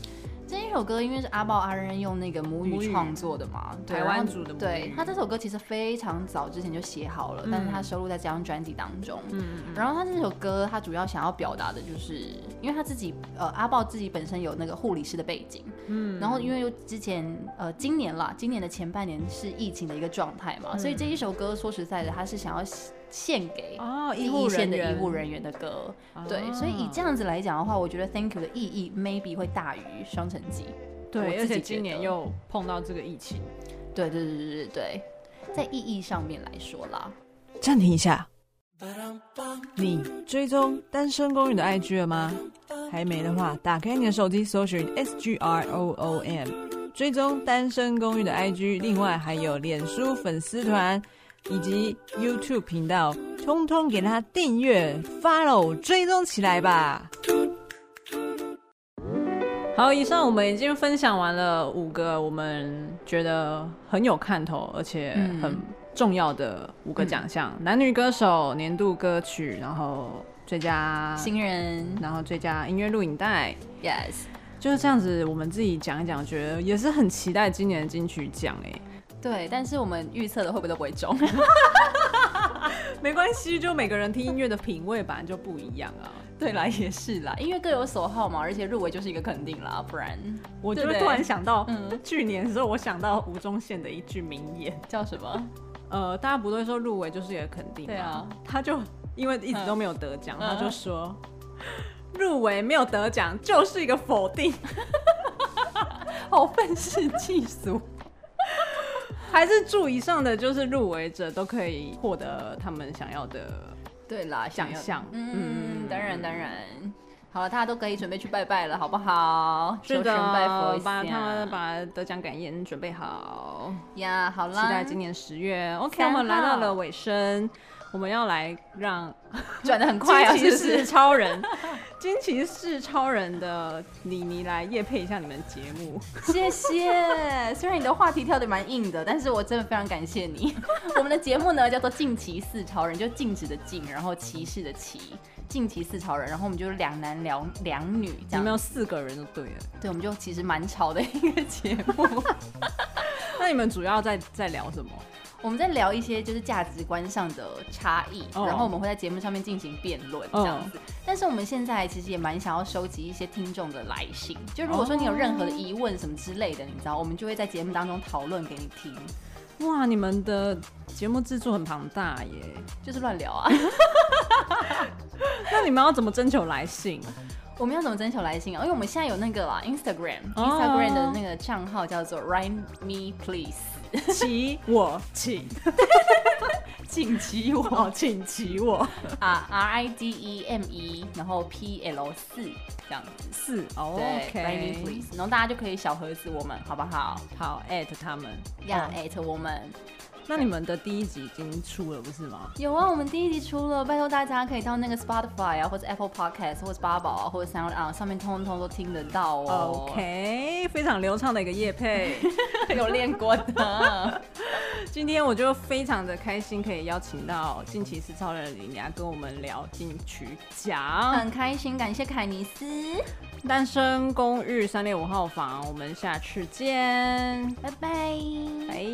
Speaker 4: 这一首歌因为是阿豹阿扔用那个母
Speaker 2: 母
Speaker 4: 语
Speaker 2: 语
Speaker 4: 创作的嘛，对
Speaker 2: 台湾
Speaker 4: 然后
Speaker 2: 族的母
Speaker 4: 对
Speaker 2: 语
Speaker 4: 他这首歌其实非常早之前就写好了，但是他收录在这张专辑当中。
Speaker 2: 嗯，
Speaker 4: 然后他这首歌，他主要想要表达的就是，因为他自己呃阿豹自己本身有那个护理师的背景，嗯，然后因为又之前呃今年啦，今年的前半年是疫情的一个状态嘛，
Speaker 2: 嗯
Speaker 4: 所以这一首歌说实在的，他是想要献给
Speaker 2: 哦，
Speaker 4: 第
Speaker 2: 医
Speaker 4: 一
Speaker 2: 护
Speaker 4: 线
Speaker 2: 人
Speaker 4: 的
Speaker 2: 员，
Speaker 4: 医护人员的歌，对，
Speaker 2: 啊
Speaker 4: 所以以这样子来讲的话，我觉得 Thank You 的意义 E maybe 会大于双城记。我
Speaker 2: 哦对，
Speaker 4: 自
Speaker 2: 而且
Speaker 4: 己觉得
Speaker 2: 今年又碰到这个疫情，
Speaker 4: 对对对对对对，在意义上面来说啦，
Speaker 6: 暂停一下。你追踪单身公寓的 IG 了吗？还没的话，打开你的手机，搜寻 S G R O O M，追踪单身公寓的 IG，另外还有脸书粉丝团以及 YouTube 频道，通通给它订阅、follow、追踪起来吧。
Speaker 2: 好，以上我们已经分享完了五个我们觉得很有看头，而且
Speaker 4: 嗯
Speaker 2: 很重要的五个奖项：男女歌手、年度歌曲，然后最佳，
Speaker 4: 新人
Speaker 2: 然后最佳音乐录影带。
Speaker 4: ，yes。
Speaker 2: 就是这样子，我们自己讲一讲，觉得也是很期待今年的金曲奖哎、
Speaker 4: 对，但是我们预测的会不会都不会中？
Speaker 2: 没关系，就每个人听音乐的品味本来就不一样啊。
Speaker 4: 对啦，也是啦，啊 因为各有所好嘛，而且入围就是一个肯定啦，不然
Speaker 2: 我就
Speaker 4: 对不对
Speaker 2: 突然想到，
Speaker 4: 嗯
Speaker 2: 去年的时候我想到吴宗宪的一句名言，
Speaker 4: 叫什么？
Speaker 2: 呃，大家不对说入围就是也肯定嘛，
Speaker 4: 对啊
Speaker 2: 他就因为一直都没有得奖，
Speaker 4: 嗯
Speaker 2: 他就说入围没有得奖就是一个否 定，
Speaker 4: 好愤世嫉俗。
Speaker 2: 还是祝以上的就是入围者都可以获得他们想要的。
Speaker 4: 对啦，想
Speaker 2: 想
Speaker 4: 要
Speaker 2: 象
Speaker 4: 嗯，
Speaker 2: 嗯
Speaker 4: 当然当然。好了，大家都可以准备去拜拜了，好不好？求神拜佛一下
Speaker 2: 啊把他们把得奖感言准备好，
Speaker 4: 呀，好
Speaker 2: 期
Speaker 4: 啦，
Speaker 2: 待今年十月。OK，
Speaker 4: 三
Speaker 2: 我
Speaker 4: 号
Speaker 2: 们来到了尾声，我们要来让
Speaker 4: 转的很快 啊，
Speaker 2: 惊
Speaker 4: 是
Speaker 2: 奇
Speaker 4: 不是
Speaker 2: 四？超人， 惊奇四超人的妮妮来夜配一下你们的节目。
Speaker 4: 谢谢。虽然你的话题跳得蛮硬的，但是我真的非常感 谢你。我们的节目呢叫做“禁骑四超人”，就禁止的禁，然后骑士的骑，禁骑四超人。然后我们就是两男两两女这
Speaker 2: 你
Speaker 4: 样
Speaker 2: 们。有四个人就对了。
Speaker 4: 对，我们就其实蛮吵的一个节目。
Speaker 2: 那你们主要在在聊什么？
Speaker 4: 我们在聊一些就是价值观上的差异，
Speaker 2: 哦
Speaker 4: 然后我们会在节目上面进行辩论这样子。但是我们现在其实也蛮想要收集一些听众的来信，就如果说你有任何的疑问什么之类的，你知道，我们就会在节目当中讨论给你听，
Speaker 2: 哇，你们的节目制作很庞大耶。
Speaker 4: 就是乱聊啊。
Speaker 2: 那你们要怎么征求来 信？
Speaker 4: 我们要怎么征求来信啊？因为我们现在有那个啦，Instagram，Instagram
Speaker 2: 哦
Speaker 4: 的那个账号叫做 Rhyme Me Please，
Speaker 2: 骑我请，
Speaker 4: 请骑我
Speaker 2: 哦，请骑我
Speaker 4: 啊，R I D E M E，然后 P L 四这样子。
Speaker 2: 是哦
Speaker 4: 对 r h m e Me
Speaker 2: ，OK，哦
Speaker 4: Please，然后大家就可以小盒子我们，好不好？
Speaker 2: 好，at 他们。
Speaker 4: 呀、
Speaker 2: 哦
Speaker 4: a t 我们
Speaker 2: 那你们的第一集已经出了不是吗？
Speaker 4: 有啊，我们第一集出了，拜托大家可以到那个 Spotify 啊，或者 Apple Podcast，或者八宝啊，或者 Sound 啊，上面通通都听得到哦。
Speaker 2: OK，非常流畅的一个夜配。
Speaker 4: 有练过的，
Speaker 2: 今天我就非常的开心，可以邀请到近期是超人的李雅跟我们聊金曲奖、
Speaker 4: 很开心，感谢凯尼斯，
Speaker 2: 单身公寓三六五号房，我们下次见，
Speaker 4: 拜拜。
Speaker 2: 拜。